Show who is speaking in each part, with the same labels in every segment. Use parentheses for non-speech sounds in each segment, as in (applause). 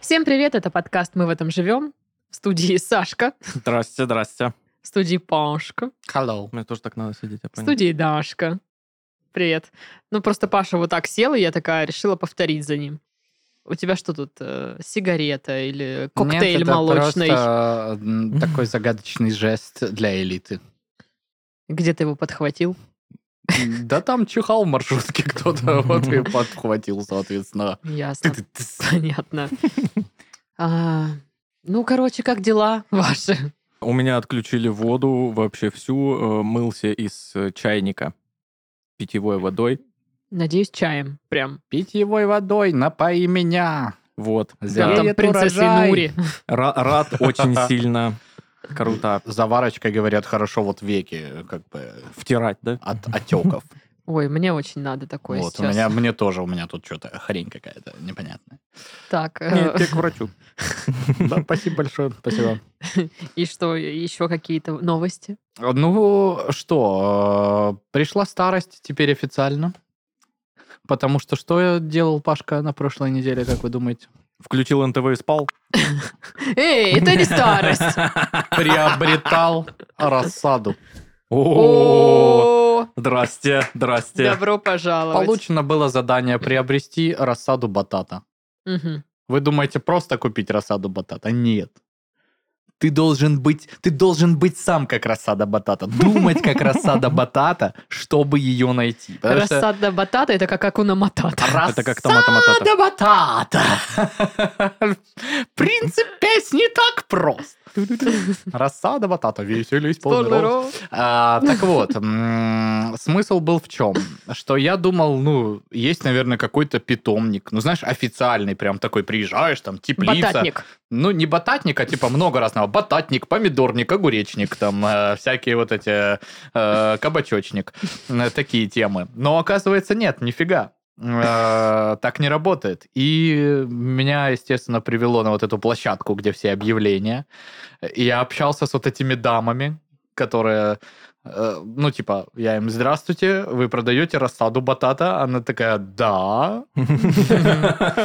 Speaker 1: Всем привет, это подкаст «Мы в этом живем». В студии (laughs) Сашка,
Speaker 2: Здрасте, здрасте.
Speaker 1: в студии Пашка,
Speaker 3: Hello.
Speaker 2: Мне тоже так надо сидеть, я
Speaker 1: в
Speaker 2: понял.
Speaker 1: студии Дашка. Привет. Ну, просто Паша вот так сел, и я такая решила повторить за ним. У тебя что тут, э, сигарета или коктейль
Speaker 3: Нет, это
Speaker 1: молочный?
Speaker 3: просто, м, такой загадочный жест для элиты.
Speaker 1: Где ты его подхватил?
Speaker 3: Да там чихал в маршрутке кто-то, (laughs) вот и подхватил, соответственно.
Speaker 1: Ясно.
Speaker 3: (laughs)
Speaker 1: Понятно. А, Ну, короче, как дела ваши?
Speaker 2: У меня отключили воду вообще всю, э, мылся из э, чайника питьевой водой.
Speaker 1: Надеюсь, чаем прям.
Speaker 3: Питьевой водой напои меня.
Speaker 2: Вот.
Speaker 1: Как
Speaker 3: Да.
Speaker 2: Я
Speaker 1: там
Speaker 3: Привет,
Speaker 1: принцесса
Speaker 3: урожай!
Speaker 1: Нури.
Speaker 2: ра- рад очень сильно. Круто.
Speaker 3: Заварочкой говорят хорошо вот веки, как бы
Speaker 2: Втирать, да?
Speaker 1: (laughs)
Speaker 3: от отеков.
Speaker 1: Ой, мне очень надо такое
Speaker 3: Вот, у
Speaker 1: сейчас.
Speaker 3: меня, мне тоже, у меня тут что-то хрень какая-то непонятная.
Speaker 1: (laughs) Так, э,
Speaker 2: Нет, я к врачу.
Speaker 3: Да, спасибо большое, спасибо.
Speaker 1: и что, еще какие-то новости?
Speaker 3: Ну что, э, пришла старость теперь официально. Потому что что я делал, Пашка, на прошлой неделе, как вы думаете?
Speaker 2: Включил НТВ и спал.
Speaker 1: Эй, это не старость!
Speaker 3: Приобретал рассаду.
Speaker 2: О,
Speaker 1: О,
Speaker 2: Здрасте, здрасте.
Speaker 1: Добро пожаловать.
Speaker 3: Получено было задание приобрести рассаду батата.
Speaker 1: Мгм.
Speaker 3: Вы думаете, просто купить рассаду батата? Нет. Ты должен быть, ты должен быть сам как рассада батата, думать как
Speaker 2: (laughs)
Speaker 3: рассада батата, чтобы ее найти. Потому что
Speaker 1: Рассада батата – это как акуна матата.
Speaker 3: А
Speaker 2: Это как томата-матата. (laughs)
Speaker 3: Рассада батата. Принцип песни так прост.
Speaker 1: (laughs)
Speaker 3: Рассада батата, веселись, полный рост.
Speaker 1: Здорово.
Speaker 3: А, Так вот, м, смысл был в чем? Что я думал, ну, есть, наверное, какой-то питомник. Ну, знаешь, официальный прям такой, приезжаешь, там, теплица.
Speaker 1: Бататник.
Speaker 3: Ну, не бататник, а типа много разного. Бататник, помидорник, огуречник, там э, всякие вот эти э, кабачочник. Э, Такие темы. Но оказывается, нет, нифига. Э, Так не работает. И меня, естественно, привело на вот эту площадку, где все объявления. И я общался с вот этими дамами, которые... э, Ну, типа, я им, здравствуйте, вы продаете рассаду батата? Она такая, да,
Speaker 2: Но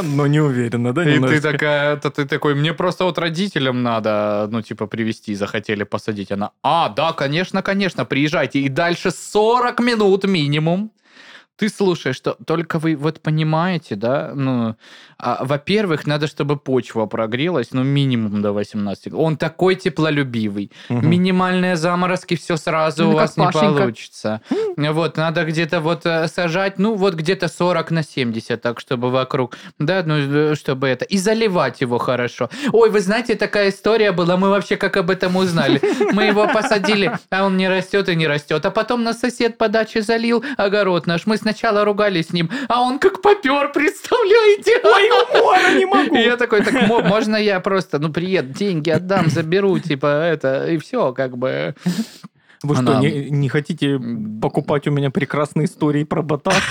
Speaker 2: Ну, не уверена, да?
Speaker 3: и ты
Speaker 2: немножечко?
Speaker 3: такая, то ты такой, мне просто вот родителям надо, ну, типа, привезти, захотели посадить. Она, а, да, конечно, конечно, приезжайте. И дальше 40 минут минимум. Ты слушаешь, что только вы вот понимаете, да, ну, а, во-первых, надо, чтобы почва прогрелась, ну, минимум до 18. Он такой теплолюбивый.
Speaker 2: Мгм.
Speaker 3: Минимальные заморозки, все сразу
Speaker 1: Ну,
Speaker 3: у
Speaker 1: как
Speaker 3: вас не
Speaker 1: Пашенька.
Speaker 3: получится. Вот, надо где-то вот э, сажать, ну, вот где-то 40 на 70, так, чтобы вокруг, да, ну, э, чтобы это, и заливать его хорошо. Ой, вы знаете, такая история была, мы вообще как об этом узнали. Мы его посадили, а он не растет и не растет, а потом нас сосед по даче залил огород наш, мы сначала ругались с ним, а он как попер, представляете? Ой,
Speaker 2: не могу.
Speaker 3: и я такой, так мо- можно я просто, ну, приеду, деньги отдам, заберу, типа, это, и все, как бы.
Speaker 2: Вы что,
Speaker 3: Она-
Speaker 2: не, не хотите покупать у меня прекрасные истории про батат?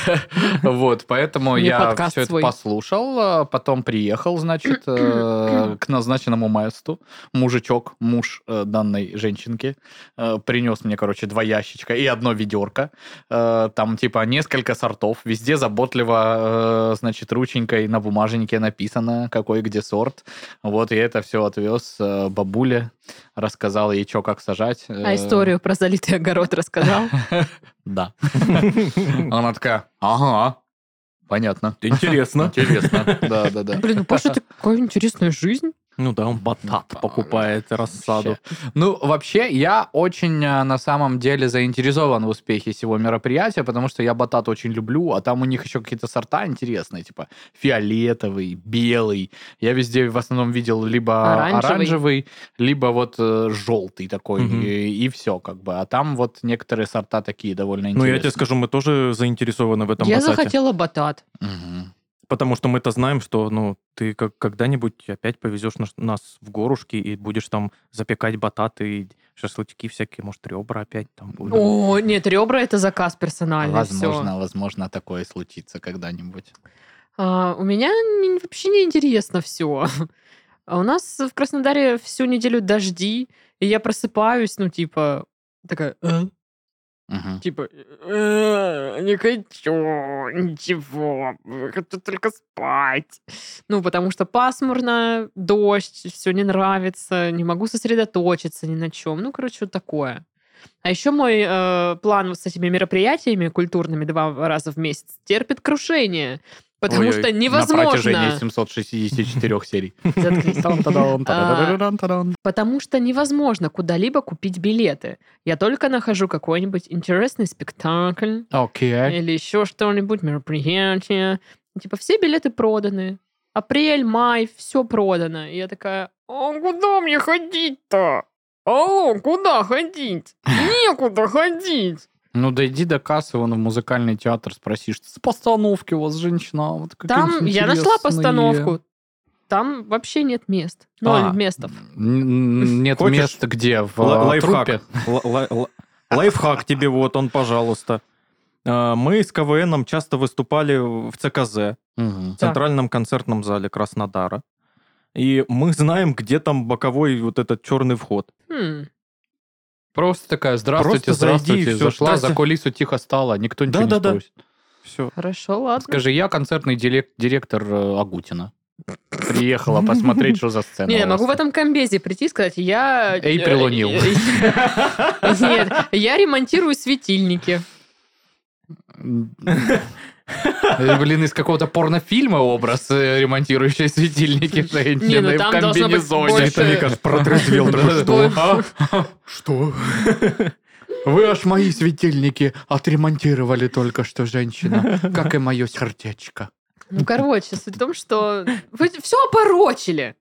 Speaker 3: Вот, поэтому
Speaker 1: Мне
Speaker 3: я
Speaker 1: подкаст
Speaker 3: все это
Speaker 1: свой.
Speaker 3: послушал, а потом приехал, значит, э, к назначенному месту. Мужичок, муж э, данной женщинки, принес мне, короче, два ящичка и одно ведерко. Э, Там, типа, несколько сортов. Везде заботливо, э, значит, рученькой на бумажнике написано, какой где сорт. Вот, я это все отвез э, бабуле, рассказал ей, что, как сажать. э,
Speaker 1: А историю про залитый огород рассказал?
Speaker 3: Да. (laughs) Она такая, ага, понятно.
Speaker 2: Интересно.
Speaker 3: Интересно. Да, да, да.
Speaker 1: Блин, ну, у Паши такая интересная жизнь.
Speaker 2: Ну да, он батат покупает рассаду.
Speaker 3: Ну, вообще, я очень э, на самом деле заинтересован в успехе всего мероприятия, потому что я батат очень люблю, а там у них еще какие-то сорта интересные, типа фиолетовый, белый. Я везде в основном видел либо
Speaker 1: Оранжевый.
Speaker 3: оранжевый, либо вот желтый такой,
Speaker 2: Мгм.
Speaker 3: и, все как бы. А там вот некоторые сорта такие довольно
Speaker 2: Ну,
Speaker 3: интересные.
Speaker 2: я тебе скажу, мы тоже заинтересованы в этом
Speaker 1: Я
Speaker 2: батате.
Speaker 1: захотела батат.
Speaker 3: Мгм.
Speaker 2: Потому что мы-то знаем, что ну ты как когда-нибудь опять повезешь наш- нас в горушки и будешь там запекать бататы и шашлычки всякие, может, ребра опять там будут.
Speaker 1: О, нет, ребра – это заказ персональный.
Speaker 3: Возможно,
Speaker 1: всё.
Speaker 3: возможно, такое случится когда-нибудь.
Speaker 1: А, у меня не- вообще не интересно (laughs) все. А у нас в Краснодаре всю неделю дожди, и я просыпаюсь, ну, типа, Такая, «Э?»
Speaker 3: Мгм.
Speaker 1: типа, «Э, не хочу ничего, хочу только спать. Ну, потому что пасмурно, дождь, все не нравится, не могу сосредоточиться ни на чем. Ну, короче, вот такое. А еще мой э, план вот с этими мероприятиями культурными два раза в месяц терпит крушение, потому
Speaker 3: Ой-ой,
Speaker 1: что
Speaker 3: На
Speaker 1: невозможно.
Speaker 3: протяжении 764 серий.
Speaker 1: (laughs) Заткнись. А,
Speaker 3: Тан-тадам, тадам-тадам, тадам.
Speaker 1: Потому что невозможно куда-либо купить билеты. Я только нахожу какой-нибудь интересный спектакль,
Speaker 2: Э.
Speaker 3: Окей.
Speaker 1: или еще что-нибудь, мероприятие. Типа, все билеты проданы. Апрель, май, все продано. И я такая, а куда мне ходить-то? Алло, куда ходить? Некуда ходить.
Speaker 3: Ну, дойди до кассы, вон в музыкальный театр спросишь. С постановки у вас женщина. вот какие-нибудь
Speaker 1: Там я нашла
Speaker 3: интересные».
Speaker 1: постановку. Там вообще нет мест. Ноль
Speaker 3: А.
Speaker 1: мест.
Speaker 3: Н- Нет
Speaker 2: Хочешь?
Speaker 3: места где, в
Speaker 2: Л-
Speaker 3: э, трупе.
Speaker 2: лайфхак. Л- лай- л- Лайфхак тебе вот он, пожалуйста. А, Мы с КВНом часто выступали в ЦКЗ,
Speaker 3: Мгм.
Speaker 2: в Центральном концертном зале Краснодара. И мы знаем, где там боковой вот этот черный вход.
Speaker 1: Хм.
Speaker 3: Просто такая, здравствуйте,
Speaker 2: Просто зайди,
Speaker 3: здравствуйте.
Speaker 2: всё,
Speaker 3: Зашла, за
Speaker 2: здрасте.
Speaker 3: кулису тихо стало, никто ничего не
Speaker 2: Да-да-да.
Speaker 3: спросит.
Speaker 2: Все.
Speaker 1: Хорошо, ладно.
Speaker 3: Скажи, я концертный дилек- директор э, Агутина. Приехала посмотреть, что за сцена.
Speaker 1: Не,
Speaker 3: у
Speaker 1: я
Speaker 3: вас
Speaker 1: могу в
Speaker 3: там.
Speaker 1: этом комбезе прийти и сказать, я... э,
Speaker 3: Эй,
Speaker 1: (laughs)
Speaker 3: прилунил.
Speaker 1: Нет, я ремонтирую светильники.
Speaker 3: Э, Блин, из какого-то порнофильма образ э, ремонтирующей светильники
Speaker 1: Не, ну
Speaker 3: женщины в
Speaker 1: там должно быть
Speaker 3: комбинезоне.
Speaker 1: больше- Это Вика аж
Speaker 3: (laughs)
Speaker 2: протрезвел, такой,
Speaker 1: «Что?
Speaker 3: А? Что? Вы аж мои светильники отремонтировали только что, женщина, как и мое сердечко.
Speaker 1: Ну, короче, суть в том, что вы все опорочили.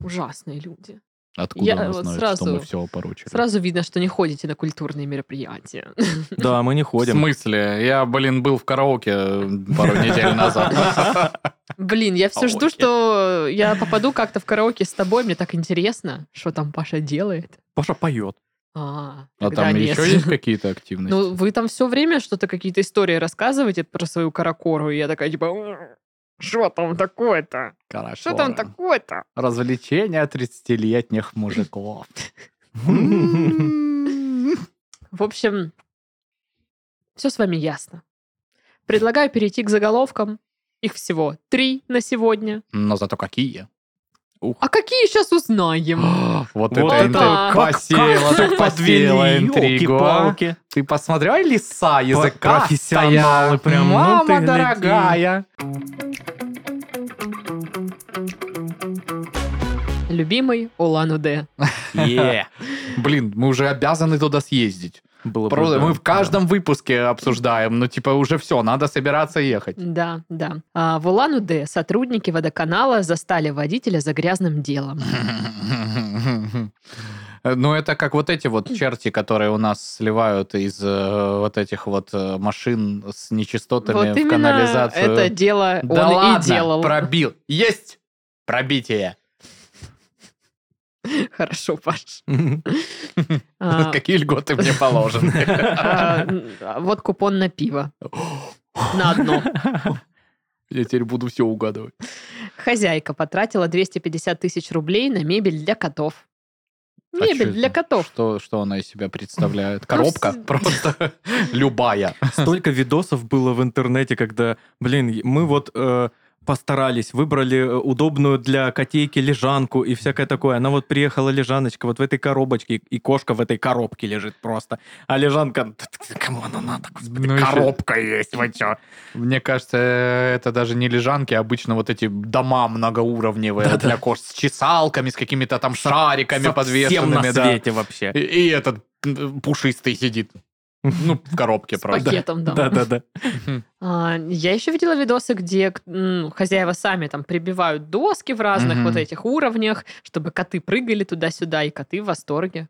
Speaker 1: Ужасные люди.
Speaker 3: Откуда
Speaker 1: Я
Speaker 3: она
Speaker 1: вот
Speaker 3: знает,
Speaker 1: сразу-
Speaker 3: что мы все опорочили?
Speaker 1: Сразу видно, что не ходите на культурные мероприятия. (laughs)
Speaker 2: Да, мы не
Speaker 3: В
Speaker 2: ходим.
Speaker 3: смысле? Я, блин, был в караоке э, пару недель назад.
Speaker 1: Блин, я все жду,
Speaker 3: Караоке.
Speaker 1: что я попаду как-то в караоке с тобой. Мне так интересно, что там Паша делает.
Speaker 2: Паша поет.
Speaker 1: А,
Speaker 3: А
Speaker 1: тогда
Speaker 3: там
Speaker 1: нет. (laughs)
Speaker 3: еще есть какие-то активности?
Speaker 1: Ну, вы там все время что-то, какие-то истории рассказываете про свою каракору. И я такая, типа, что там такое-то? Что там такое-то?
Speaker 3: Развлечения 30-летних мужиков.
Speaker 2: М-м-м.
Speaker 1: В общем, все с вами ясно. Предлагаю перейти к заголовкам. Их всего три на сегодня.
Speaker 3: Но зато какие.
Speaker 1: А какие сейчас узнаем?
Speaker 3: (gasps) Вот
Speaker 2: Вот
Speaker 3: это
Speaker 1: это
Speaker 3: интри-
Speaker 1: да.
Speaker 2: (laughs)
Speaker 3: посеяла, так посеяла интригу. а?
Speaker 2: Ёлки-палки.
Speaker 3: Ты посмотрела лиса языка?
Speaker 2: профессионалы прям, ну ты
Speaker 3: Мама
Speaker 2: гляди.
Speaker 3: дорогая.
Speaker 1: Любимый Улан-Удэ.
Speaker 2: (laughs)
Speaker 3: Е. (laughs) Блин, мы уже обязаны туда съездить.
Speaker 2: Было бы,
Speaker 3: Правда,
Speaker 2: да.
Speaker 3: мы в каждом выпуске обсуждаем, ну типа уже все, надо собираться ехать.
Speaker 1: Да, да. А, в Улан-Удэ сотрудники водоканала застали водителя за грязным делом.
Speaker 3: (laughs) Ну, это как вот эти вот черти, которые у нас сливают из э, вот этих вот э, машин с нечистотами
Speaker 1: вот
Speaker 3: в
Speaker 1: именно
Speaker 3: канализацию.
Speaker 1: это дело
Speaker 3: да
Speaker 1: он
Speaker 3: ладно,
Speaker 1: и делал.
Speaker 3: пробил. Есть пробитие.
Speaker 1: (laughs) Хорошо, Паш.
Speaker 3: (laughs)
Speaker 1: А,
Speaker 3: Какие льготы мне положены?
Speaker 1: а, н- а, вот купон на пиво.
Speaker 3: (gasps)
Speaker 1: На одно.
Speaker 3: (laughs) Я теперь буду все угадывать.
Speaker 1: Хозяйка потратила 250 тысяч рублей на мебель для котов.
Speaker 3: А
Speaker 1: Мебель
Speaker 3: чё
Speaker 1: для
Speaker 3: это?
Speaker 1: котов.
Speaker 3: Что, что она из себя представляет? Коробка?
Speaker 1: вс-
Speaker 3: Просто (laughs) любая.
Speaker 2: Столько видосов было в интернете, когда, блин, мы вот э, постарались, выбрали э, удобную для котейки лежанку и всякое такое. Она вот приехала лежаночка вот в этой коробочке, и кошка в этой коробке лежит просто. А лежанка, «Да кому она надо? господи,
Speaker 3: Ну и
Speaker 2: коробка есть, вы чё?
Speaker 3: Мне кажется, э, это даже не лежанки, а обычно вот эти дома многоуровневые для кож с чесалками, с какими-то там шариками
Speaker 2: Всем на
Speaker 3: подвешенными. да.
Speaker 2: свете вообще.
Speaker 3: И, и этот м, пушистый сидит. Ну, в коробке,
Speaker 1: С
Speaker 3: правда.
Speaker 1: пакетом, да.
Speaker 2: Да-да-да.
Speaker 1: А, я еще видела видосы, где к- м, хозяева сами там прибивают доски в разных
Speaker 3: Мгм.
Speaker 1: вот этих уровнях, чтобы коты прыгали туда-сюда, и коты в восторге.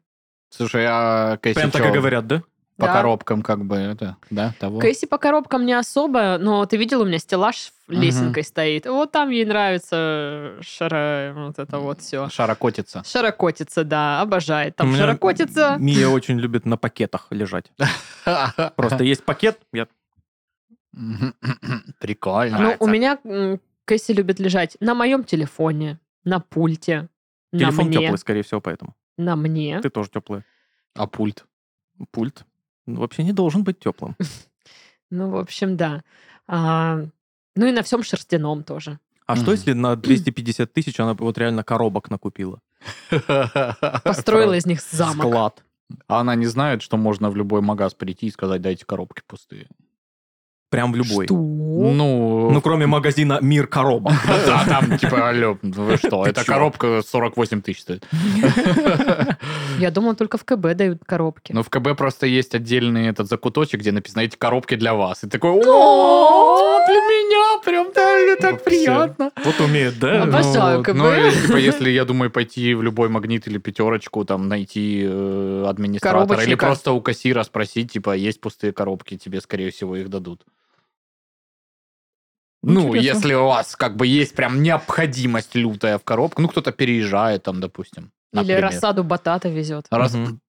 Speaker 3: Слушай, а Кэсси
Speaker 2: Прям так и
Speaker 3: чё,
Speaker 2: говорят, да?
Speaker 3: по
Speaker 1: Да.
Speaker 3: коробкам как бы это, да, того?
Speaker 1: Кэсси по коробкам не особо, но ты видел, у меня стеллаж
Speaker 3: Мгм.
Speaker 1: лесенкой стоит. Вот там ей нравится шара... вот это вот все.
Speaker 3: Шарокотица.
Speaker 1: Шарокотица, да, обожает.
Speaker 2: У
Speaker 1: Там
Speaker 2: меня
Speaker 1: шарокотица.
Speaker 2: Мия очень любит на пакетах лежать. (laughs) Просто есть пакет, я
Speaker 3: (laughs) Прикольно.
Speaker 1: Ну, у меня м, Кэсси любит лежать на моем телефоне, на пульте, на
Speaker 2: телефон
Speaker 1: мне,
Speaker 2: теплый, скорее всего, поэтому.
Speaker 1: на мне.
Speaker 2: Ты тоже теплый.
Speaker 3: А пульт? (laughs)
Speaker 2: пульт Ну, вообще не должен быть теплым.
Speaker 1: Ну, в общем, да. А, ну и на всем шерстяном тоже.
Speaker 2: А что
Speaker 3: Мгм.
Speaker 2: если на 250 тысяч она вот реально коробок накупила?
Speaker 1: Построила из них замок.
Speaker 2: Склад.
Speaker 3: А она не знает, что можно в любой магаз прийти и сказать, дайте коробки пустые.
Speaker 2: Прям в любой.
Speaker 1: Что?
Speaker 3: Ну,
Speaker 2: Ну, кроме магазина «Мир коробок».
Speaker 3: да, там типа, алло, вы что,
Speaker 2: Ты
Speaker 3: эта
Speaker 2: чё?
Speaker 3: коробка 48
Speaker 2: (laughs)
Speaker 3: тысяч стоит.
Speaker 1: Я думала, только в КБ дают коробки.
Speaker 3: Ну, в КБ просто есть отдельный этот закуточек, где написано эти коробки для вас. И такой, о, для меня прям, да, это так
Speaker 2: Вообще.
Speaker 3: приятно.
Speaker 2: (laughs) Вот умеет, да?
Speaker 1: Обожаю
Speaker 3: Ну,
Speaker 1: КБ.
Speaker 3: Ну, или, типа, если, я думаю, пойти в любой магнит или пятерочку, там, найти э, администратора, или
Speaker 1: Коробочника.
Speaker 3: просто у кассира спросить, типа, есть пустые коробки, тебе, скорее всего, их дадут. Ну,
Speaker 2: Интересно.
Speaker 3: если у вас, как бы, есть прям необходимость лютая в коробку, ну, кто-то переезжает там, допустим.
Speaker 1: Или
Speaker 3: например.
Speaker 1: рассаду батата везет.
Speaker 3: Рас-
Speaker 2: Мгм.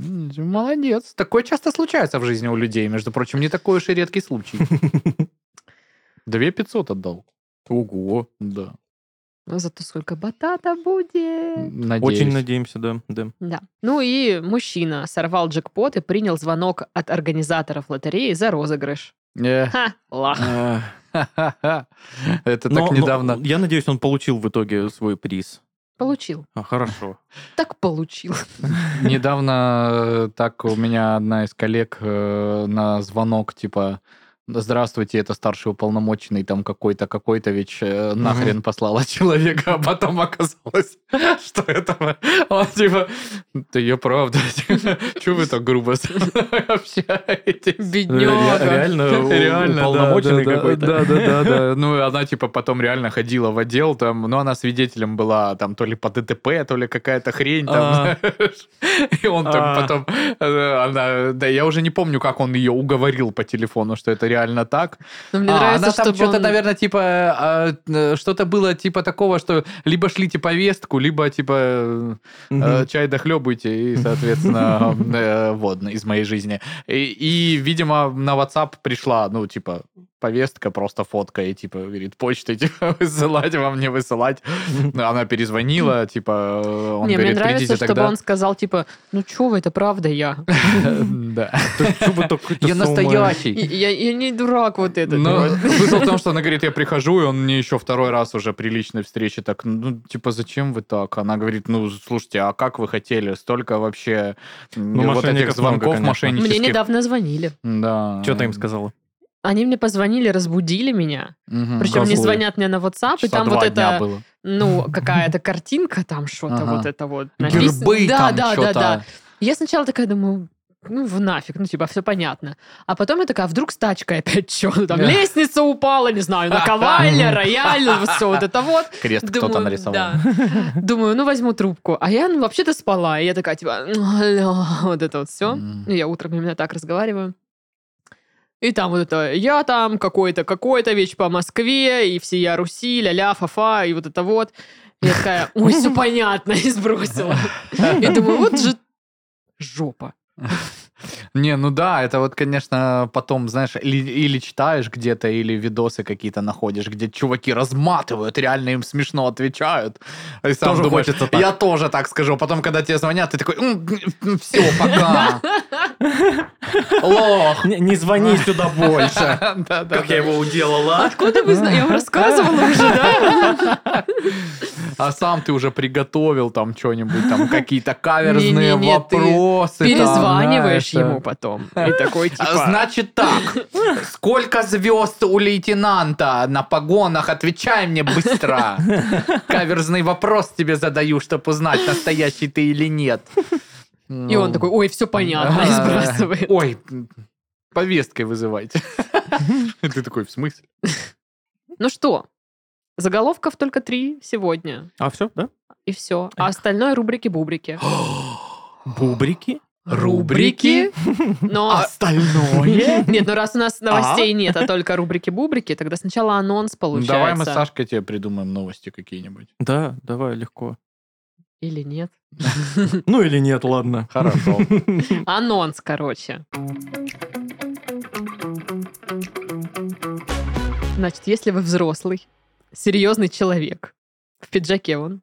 Speaker 3: М, типа, Молодец. Такое часто случается в жизни у людей, между прочим, не такой уж и
Speaker 1: (laughs)
Speaker 3: редкий случай. Две 500 отдал.
Speaker 2: Ого.
Speaker 3: Да.
Speaker 1: Но Ну, зато сколько батата будет.
Speaker 3: Надеюсь.
Speaker 2: Очень надеемся, да. да.
Speaker 1: Да. Ну и мужчина сорвал джекпот и принял звонок от организаторов лотереи за розыгрыш.
Speaker 3: Э,
Speaker 1: Ха, лах.
Speaker 3: Это
Speaker 2: Но-
Speaker 3: так
Speaker 2: но
Speaker 3: недавно.
Speaker 2: (laughs) Я надеюсь, он получил в итоге свой приз.
Speaker 1: Получил.
Speaker 2: А, Хорошо.
Speaker 1: Так получил.
Speaker 3: Недавно э, так у меня одна из коллег э, на звонок типа Здравствуйте, это старший уполномоченный, там какой-то, какой-то, ведь э, нахрен послала (laughs) человека, а потом оказалось, (laughs) что этого, он типа, да ее правда, (laughs) чего вы так грубо (laughs) со мной общаетесь?
Speaker 2: Э, Ре-
Speaker 1: Бедняга.
Speaker 2: Реально, у-
Speaker 3: Ну, Реально, да,
Speaker 2: уполномоченный
Speaker 3: да, да,
Speaker 2: какой-то.
Speaker 3: Да, да,
Speaker 2: (laughs)
Speaker 3: да, да. Ну, и она, типа, потом реально ходила в отдел, там, ну, она свидетелем была, там, то ли по ДТП, то ли какая-то хрень, там,
Speaker 2: А.
Speaker 3: знаешь. И он
Speaker 2: А.
Speaker 3: там потом, э, она, да, я уже не помню, как он ее уговорил по телефону, что это реально так.
Speaker 1: Но Ну, мне
Speaker 3: А,
Speaker 1: нравится,
Speaker 3: она там
Speaker 1: чтобы
Speaker 3: что-то,
Speaker 1: он-
Speaker 3: наверное, типа, э, э, что-то было, типа, такого, что либо шлите повестку, либо, типа, Э,
Speaker 2: Мгм.
Speaker 3: Чай дохлебывайте,
Speaker 1: (laughs)
Speaker 3: и, соответственно, э, вот, из моей жизни. И, и, видимо, на WhatsApp пришла, ну, типа, повестка, просто фотка, и, типа, говорит, почтой, (laughs) типа, высылать вам, не
Speaker 1: (laughs)
Speaker 3: высылать. Ну, Она перезвонила, типа, э, он
Speaker 1: Не, мне
Speaker 3: говорит,
Speaker 1: нравится,
Speaker 3: придите
Speaker 1: чтобы
Speaker 3: тогда.
Speaker 1: он (laughs) сказал, типа, ну чё вы, это правда я.
Speaker 3: (laughs) Да.
Speaker 2: Так чё вы такой-то
Speaker 3: Я
Speaker 1: И-
Speaker 2: самый?
Speaker 3: настоящий.
Speaker 1: и Я я не дурак вот этот.
Speaker 3: Но
Speaker 1: Вот.
Speaker 3: (laughs) смысл в том, что она говорит, я прихожу, и он мне еще второй раз уже при личной встрече так, ну, типа, зачем вы так? Она говорит, ну, слушайте, а как вы хотели? Столько вообще м,
Speaker 1: Ну,
Speaker 3: вот
Speaker 2: мошенников
Speaker 3: этих
Speaker 2: много,
Speaker 3: звонков
Speaker 2: конечно.
Speaker 1: Мне
Speaker 3: мошеннических.
Speaker 1: недавно звонили.
Speaker 3: Да.
Speaker 2: Чё ты им сказала?
Speaker 1: Они мне позвонили, разбудили меня.
Speaker 3: Мгм.
Speaker 1: Причем
Speaker 2: Козлы.
Speaker 1: не звонят мне на WhatsApp, и
Speaker 3: Часа
Speaker 1: там
Speaker 3: два
Speaker 1: вот
Speaker 3: дня
Speaker 1: это,
Speaker 3: было.
Speaker 1: ну, какая-то картинка, там что-то
Speaker 3: Ага.
Speaker 1: вот это вот
Speaker 3: Гербы
Speaker 1: Да,
Speaker 3: там
Speaker 1: да, да,
Speaker 3: чё-то.
Speaker 1: да. Я сначала такая думаю, ну, в нафиг, ну, типа, все понятно. А потом я такая, а вдруг с тачкой опять (laughs) что? Там
Speaker 3: Да.
Speaker 1: лестница упала, не знаю, наковальня,
Speaker 3: (laughs)
Speaker 1: рояль, все вот это вот.
Speaker 3: Крест кто-то
Speaker 1: Думаю,
Speaker 3: нарисовал.
Speaker 1: да. (laughs) Думаю, ну, возьму трубку. А я, ну, вообще-то спала. И я такая, типа, «Ну, алло», (laughs) вот это вот все.
Speaker 3: М.
Speaker 1: Ну, я утром именно так разговариваю. И там вот это «я там», «какой-то, какой-то», «Веч по Москве», и «Всея Руси», «ля-ля», «фа-фа», и вот это вот. Я такая, ой, все понятно, и сбросила. И думаю, вот же жопа.
Speaker 3: Не, ну да, это вот, конечно, потом, знаешь, или, или читаешь где-то, или видосы какие-то находишь, где чуваки разматывают, реально им смешно отвечают. И сам
Speaker 2: Тоже
Speaker 3: думаешь,
Speaker 2: хочется так.
Speaker 3: я тоже так скажу. Потом, когда тебе звонят, ты такой, все,
Speaker 1: (laughs)
Speaker 3: пока. Лох.
Speaker 2: Не, не звони сюда больше. Как я его уделала.
Speaker 1: Откуда вы знаете? Я вам рассказывала уже, да?
Speaker 3: А сам ты уже приготовил там что-нибудь, там какие-то каверзные
Speaker 1: Не-не-не, ты
Speaker 3: вопросы. там,
Speaker 1: Перезваниваешь
Speaker 3: знаешь, э,
Speaker 1: ему потом. И такой,
Speaker 3: А,
Speaker 1: типа...
Speaker 3: Значит так, сколько звезд у лейтенанта на погонах? Отвечай мне быстро. Каверзный вопрос тебе задаю, чтобы узнать, настоящий ты или нет. Ну, а,
Speaker 1: И он такой, ой, все понятно, и сбрасывает.
Speaker 3: Ой, повесткой вызывайте. И Ты такой, в смысле?
Speaker 1: Ну что, заголовков только три сегодня.
Speaker 2: А все, да?
Speaker 1: И все. А остальное рубрики-бубрики.
Speaker 2: Бубрики.
Speaker 1: Рубрики?
Speaker 3: А
Speaker 1: Но...
Speaker 3: Остальное?
Speaker 1: (laughs) Нет, ну раз у нас новостей нет, а только рубрики-бубрики, тогда сначала анонс получается.
Speaker 3: Ну, Давай мы с Сашкой тебе придумаем новости какие-нибудь.
Speaker 2: Да, давай, легко.
Speaker 1: Или нет?
Speaker 2: (laughs) Ну или нет, ладно.
Speaker 3: Хорошо.
Speaker 1: Анонс, короче. Значит, если вы взрослый, серьезный человек, в пиджаке он,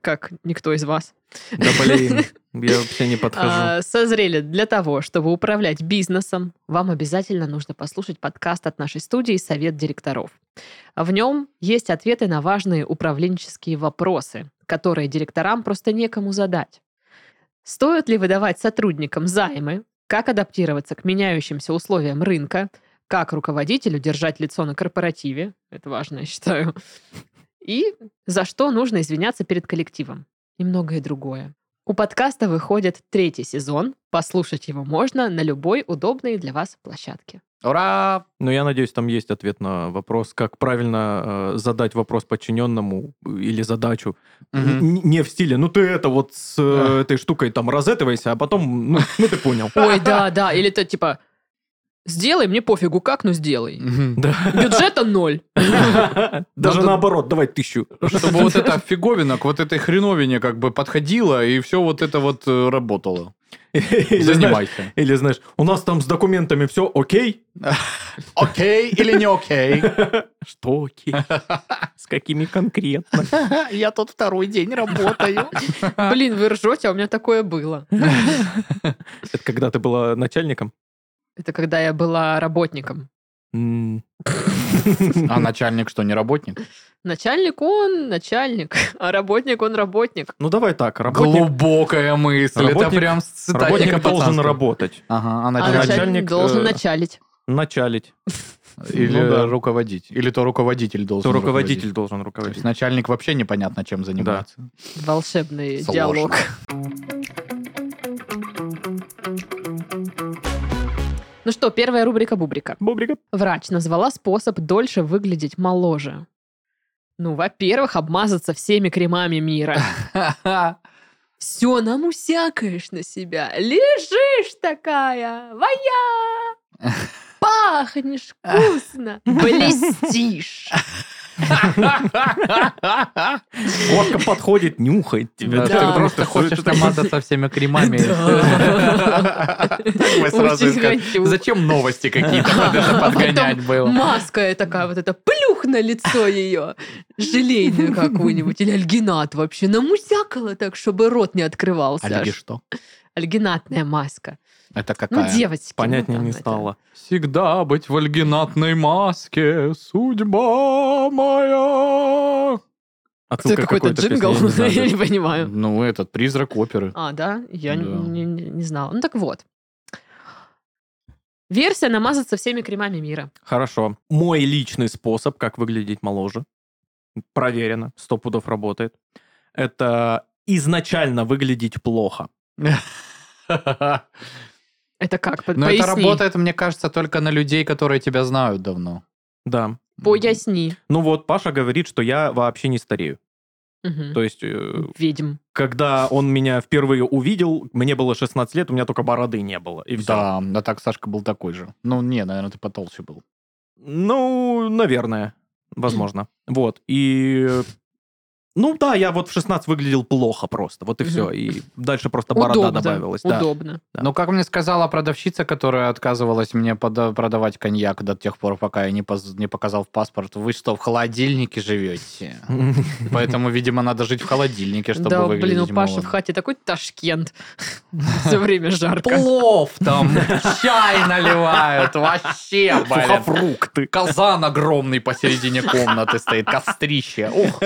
Speaker 1: как никто из вас,
Speaker 2: Да (laughs) блин, я вообще не подхожу.
Speaker 1: А, созрели для того, чтобы управлять бизнесом, вам обязательно нужно послушать подкаст от нашей студии «Совет директоров». В нем есть ответы на важные управленческие вопросы, которые директорам просто некому задать. Стоит ли выдавать сотрудникам займы? Как адаптироваться к меняющимся условиям рынка? Как руководителю держать лицо на корпоративе? Это важно, (laughs) я считаю. И за что нужно извиняться перед коллективом? И многое другое. У подкаста выходит третий сезон. Послушать его можно на любой удобной для вас площадке.
Speaker 3: Ура!
Speaker 2: Ну, я надеюсь, там есть ответ на вопрос, как правильно э, задать вопрос подчиненному или задачу.
Speaker 3: Мгм.
Speaker 2: Н- Не в стиле, ну ты это вот с э,
Speaker 3: Да.
Speaker 2: этой штукой там разэтывайся, а потом, ну, (laughs) ну ты понял.
Speaker 1: Ой,
Speaker 2: (laughs)
Speaker 1: да, да. Или то типа «Сделай, мне пофигу как, но сделай».
Speaker 3: Мгм.
Speaker 2: Да.
Speaker 1: Бюджета
Speaker 2: (laughs)
Speaker 1: ноль.
Speaker 2: Даже
Speaker 3: да.
Speaker 2: наоборот, давай тысячу. (laughs)
Speaker 3: Чтобы вот эта фиговина к вот этой хреновине как бы подходила, и все вот это вот э, работало.
Speaker 2: Или знаешь-
Speaker 3: Занимайся.
Speaker 2: Или знаешь, у нас там с документами все окей?
Speaker 3: Окей или не окей?
Speaker 2: Что окей? С какими конкретно?
Speaker 3: (laughs) Я тут второй день работаю.
Speaker 1: Блин, вы ржете, а у меня такое было.
Speaker 2: Это когда ты была начальником?
Speaker 1: Это когда я была работником.
Speaker 2: М.
Speaker 3: А начальник что, не работник?
Speaker 1: Начальник он начальник, (laughs) а работник он работник.
Speaker 2: Ну давай так, работник
Speaker 3: Глубокая мысль. Это
Speaker 2: Работник-
Speaker 3: прям с цитатника
Speaker 2: работник должен
Speaker 3: пацанского.
Speaker 2: работать,
Speaker 3: Ага, а
Speaker 1: А
Speaker 3: начальник?
Speaker 1: начальник,
Speaker 2: начальник,
Speaker 1: должен
Speaker 2: э,
Speaker 1: началить.
Speaker 2: началить.
Speaker 3: Или
Speaker 2: Ну да.
Speaker 3: руководить. Или то руководитель должен
Speaker 2: То руководитель
Speaker 3: руководить.
Speaker 2: должен
Speaker 3: То есть
Speaker 2: руководить.
Speaker 3: начальник вообще непонятно, чем занимается. (laughs)
Speaker 1: Волшебный
Speaker 3: Сложно.
Speaker 1: диалог. Ну что, первая рубрика Бубрика.
Speaker 2: Бобрика.
Speaker 1: Врач назвала способ дольше выглядеть моложе. Ну, во-первых, обмазаться всеми кремами
Speaker 2: (laughs)
Speaker 1: мира. Все, намусякаешь на себя. Лежишь такая, вая!
Speaker 2: (laughs)
Speaker 1: Пахнешь вкусно,
Speaker 2: (laughs)
Speaker 1: блестишь.
Speaker 2: Кошка подходит, нюхает тебя.
Speaker 3: Да,
Speaker 2: Ты
Speaker 1: Да.
Speaker 3: Ты просто
Speaker 2: слышишь,
Speaker 3: хочешь
Speaker 2: это-
Speaker 3: намазаться всеми (laughs) кремами.
Speaker 1: (laughs) Да.
Speaker 3: Мы сразу
Speaker 1: Очень
Speaker 3: искали.
Speaker 1: хочу.
Speaker 3: Зачем новости какие-то
Speaker 1: (laughs)
Speaker 3: под это подгонять было?
Speaker 1: Маска такая вот эта, плюх на лицо ее,
Speaker 2: (laughs)
Speaker 1: желейную какую-нибудь, или альгинат вообще, намусякала так, чтобы рот не открывался.
Speaker 3: Альги
Speaker 1: аж.
Speaker 3: А что?
Speaker 1: Альгинатная маска.
Speaker 3: Это
Speaker 1: Ну,
Speaker 3: какая?
Speaker 1: девочки.
Speaker 2: Понятнее
Speaker 1: ну, там
Speaker 2: не
Speaker 1: это.
Speaker 2: стало.
Speaker 3: Всегда быть в альгинатной маске, судьба моя.
Speaker 1: Это
Speaker 2: Отсылка к
Speaker 1: какой-то
Speaker 2: А какой-то
Speaker 1: джингл,
Speaker 2: песне,
Speaker 1: я
Speaker 2: я не знаю.
Speaker 1: (laughs) не понимаю.
Speaker 3: Ну, этот призрак оперы.
Speaker 1: А, да? Я не-
Speaker 3: Да.
Speaker 1: не не- не знала. Ну, так вот. Версия намазаться всеми кремами мира.
Speaker 2: Хорошо. Мой личный способ, как выглядеть моложе, проверено, сто пудов работает, это изначально выглядеть плохо.
Speaker 3: (laughs) Но
Speaker 1: Это как? По-
Speaker 3: это
Speaker 1: Поясни.
Speaker 3: работает, мне кажется, только на людей, которые тебя знают давно.
Speaker 2: Да.
Speaker 1: Поясни.
Speaker 2: Ну вот, Паша говорит, что я вообще не старею.
Speaker 1: Мгм.
Speaker 2: То есть, э,
Speaker 1: Ведьм.
Speaker 2: когда он меня впервые увидел, мне было 16 лет, у меня только бороды не было. И все.
Speaker 3: Да, да так Сашка был такой же. Ну, не, наверное, ты потолще был.
Speaker 2: Ну, наверное. Возможно. Вот. И... э, Ну да, я вот в 16 выглядел плохо просто. Вот и
Speaker 1: Мгм.
Speaker 2: все. И дальше просто борода
Speaker 1: Удобно,
Speaker 2: добавилась. да. (laughs)
Speaker 1: Удобно.
Speaker 2: Да.
Speaker 3: Ну, как мне сказала продавщица, которая отказывалась мне пода- продавать коньяк до тех пор, пока я не, поз- не показал в паспорт, вы что, в холодильнике живете? Поэтому, видимо, надо жить в холодильнике, чтобы
Speaker 1: да,
Speaker 3: выглядеть
Speaker 1: блин, у Паши в
Speaker 3: молодо.
Speaker 1: хате такой
Speaker 2: (laughs)
Speaker 1: Ташкент. (laughs) Все время жарко.
Speaker 3: Плов там, чай наливают, вообще, блин.
Speaker 2: Сухофрукты.
Speaker 3: Казан огромный посередине комнаты стоит, кострище. Ох,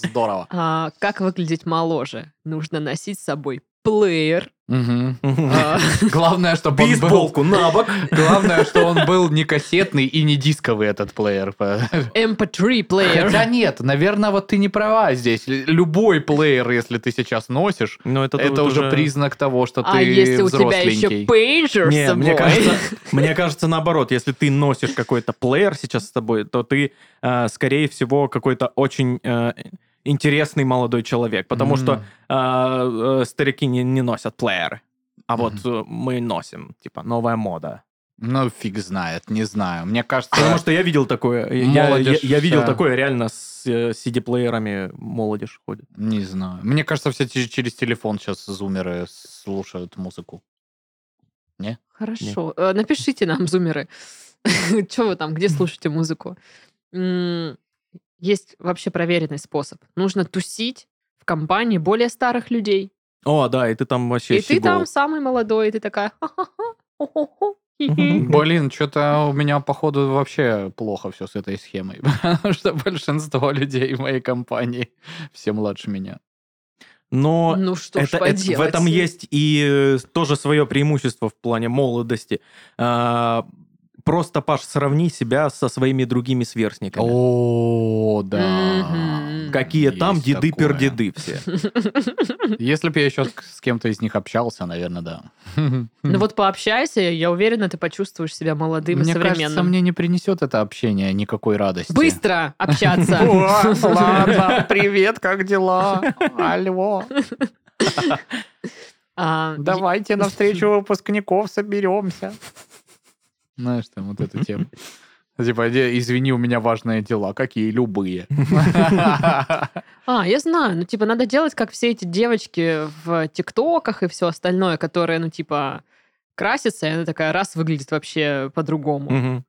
Speaker 3: здорово.
Speaker 1: А, как выглядеть моложе? Нужно носить с собой плеер. а,
Speaker 3: (laughs) Главное, чтобы он
Speaker 2: (laughs)
Speaker 3: был...
Speaker 2: Бейсболку на бок.
Speaker 3: Главное, что он был не кассетный и не дисковый этот плеер.
Speaker 1: MP3
Speaker 3: Хотя
Speaker 1: эм плеер.
Speaker 3: Э, нет, наверное, вот ты не права здесь. Л- Любой плеер, если ты сейчас носишь,
Speaker 2: Но это,
Speaker 3: Ну, это
Speaker 2: вот
Speaker 3: уже (laughs) признак того, что
Speaker 1: А
Speaker 3: ты
Speaker 1: если у тебя еще
Speaker 3: взросленький.
Speaker 1: пейджер с
Speaker 2: Не,
Speaker 1: собой?
Speaker 2: мне кажется, (laughs) мне кажется, наоборот, если ты носишь какой-то плеер сейчас с тобой, то ты, э, скорее всего, какой-то очень э, интересный молодой человек, потому что
Speaker 3: М.
Speaker 2: э, э, старики не, не носят плееры. А вот э, мы носим, типа, новая мода.
Speaker 3: Ну, фиг знает, не знаю. Мне
Speaker 2: Потому
Speaker 3: кажется,
Speaker 2: что я видел такое, я, я- я- я видел
Speaker 3: Молодежь,
Speaker 2: такое реально с э, CD-плеерами молодежь ходит.
Speaker 3: не знаю. Мне кажется, все те- через телефон сейчас зумеры слушают музыку.
Speaker 1: Хорошо. Э, Напишите нам, (laughs) зумеры. Че вы там, где слушаете музыку? М, Есть вообще проверенный способ. Нужно тусить в компании более старых людей.
Speaker 2: О, да, и ты там вообще
Speaker 1: и ты
Speaker 2: щегол.
Speaker 1: там самый молодой, и ты такая... (laughs) «Ха-ха-ха, о-хо-хо, хи-хи».
Speaker 3: Блин, что-то у меня, походу, вообще плохо все с этой схемой. (laughs) Потому что большинство людей в моей компании все младше меня.
Speaker 2: Но
Speaker 1: Ну что ж
Speaker 2: это, это-
Speaker 1: поделать.
Speaker 2: в этом есть и э, тоже свое преимущество в плане молодости. А, Просто, Паш, сравни себя со своими другими сверстниками.
Speaker 3: О, да.
Speaker 1: Мгм.
Speaker 2: Какие там
Speaker 3: Есть
Speaker 2: деды-пердеды все. (laughs)
Speaker 3: Если бы я еще с с кем-то из них общался,
Speaker 1: (laughs)
Speaker 3: наверное, да.
Speaker 1: Ну вот пообщайся, я уверена, ты почувствуешь себя молодым и
Speaker 3: Мне кажется,
Speaker 1: современным.
Speaker 3: мне не принесет это общение никакой радости.
Speaker 1: Быстро
Speaker 2: (laughs)
Speaker 1: общаться.
Speaker 3: О, Ладно, привет, как дела? Алло,
Speaker 1: А,
Speaker 3: давайте навстречу выпускников соберемся. Знаешь, там вот эту тему. Типа, «Де- извини, у меня важные дела. Какие? (laughs) Любые.
Speaker 1: А, я знаю. Ну, типа, надо делать, как все эти девочки в тиктоках и все остальное, которые, ну, типа, красятся, и она такая раз выглядит вообще по-другому.
Speaker 2: Мгм.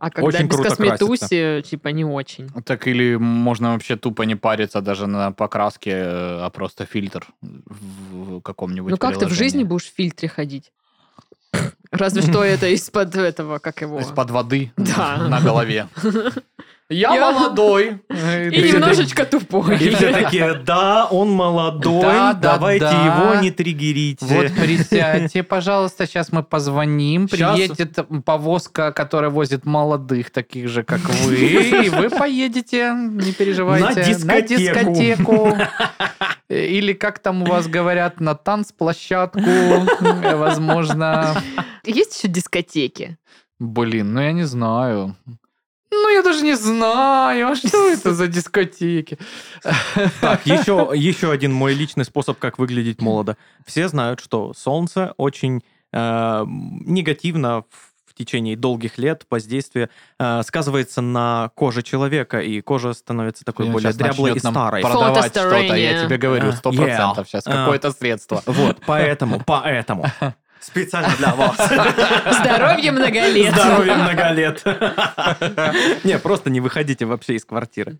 Speaker 1: А когда
Speaker 2: Очень
Speaker 1: без
Speaker 2: круто
Speaker 1: косметуси, типа, не очень.
Speaker 3: Так или можно вообще тупо не париться даже на покраске, э, а просто фильтр в в каком-нибудь
Speaker 1: ну, как ты в жизни будешь в фильтре ходить? (laughs) Разве что это из-под этого, как его...
Speaker 3: Из-под воды
Speaker 1: Да.
Speaker 3: на голове. Я
Speaker 1: Я-
Speaker 3: молодой.
Speaker 1: И немножечко тупой. (laughs)
Speaker 2: И все такие, да, он
Speaker 3: Да,
Speaker 2: молодой,
Speaker 3: да,
Speaker 2: давайте
Speaker 3: да.
Speaker 2: его не триггерите.
Speaker 3: Вот присядьте, пожалуйста, сейчас мы позвоним.
Speaker 2: Щас.
Speaker 3: Приедет повозка, которая возит молодых, таких же, как вы. И вы поедете, не переживайте.
Speaker 2: На дискотеку.
Speaker 3: дискотеку. Или как там у вас говорят, на танцплощадку, Э, возможно.
Speaker 1: Есть еще дискотеки.
Speaker 3: Блин, ну я не знаю. Ну я даже не знаю, а что это за дискотеки?
Speaker 2: Так, еще, еще один мой личный способ, как выглядеть молодо. Все знают, что солнце очень э, негативно в в течение долгих лет воздействие э, сказывается на коже человека, и кожа становится такой
Speaker 3: Блин,
Speaker 2: более
Speaker 3: щас
Speaker 2: дряблой и
Speaker 3: начнет нам
Speaker 2: старой.
Speaker 3: Продавать что-то, я
Speaker 1: Фотостарение.
Speaker 3: тебе говорю,
Speaker 2: А,
Speaker 3: сто процентов сейчас
Speaker 2: yeah. (laughs)
Speaker 3: какое-то средство.
Speaker 2: Вот, поэтому, поэтому.
Speaker 3: (laughs)
Speaker 2: Специально для вас.
Speaker 1: Здоровье многолет.
Speaker 2: Здоровья много лет. (laughs) Не, просто не выходите вообще из квартиры.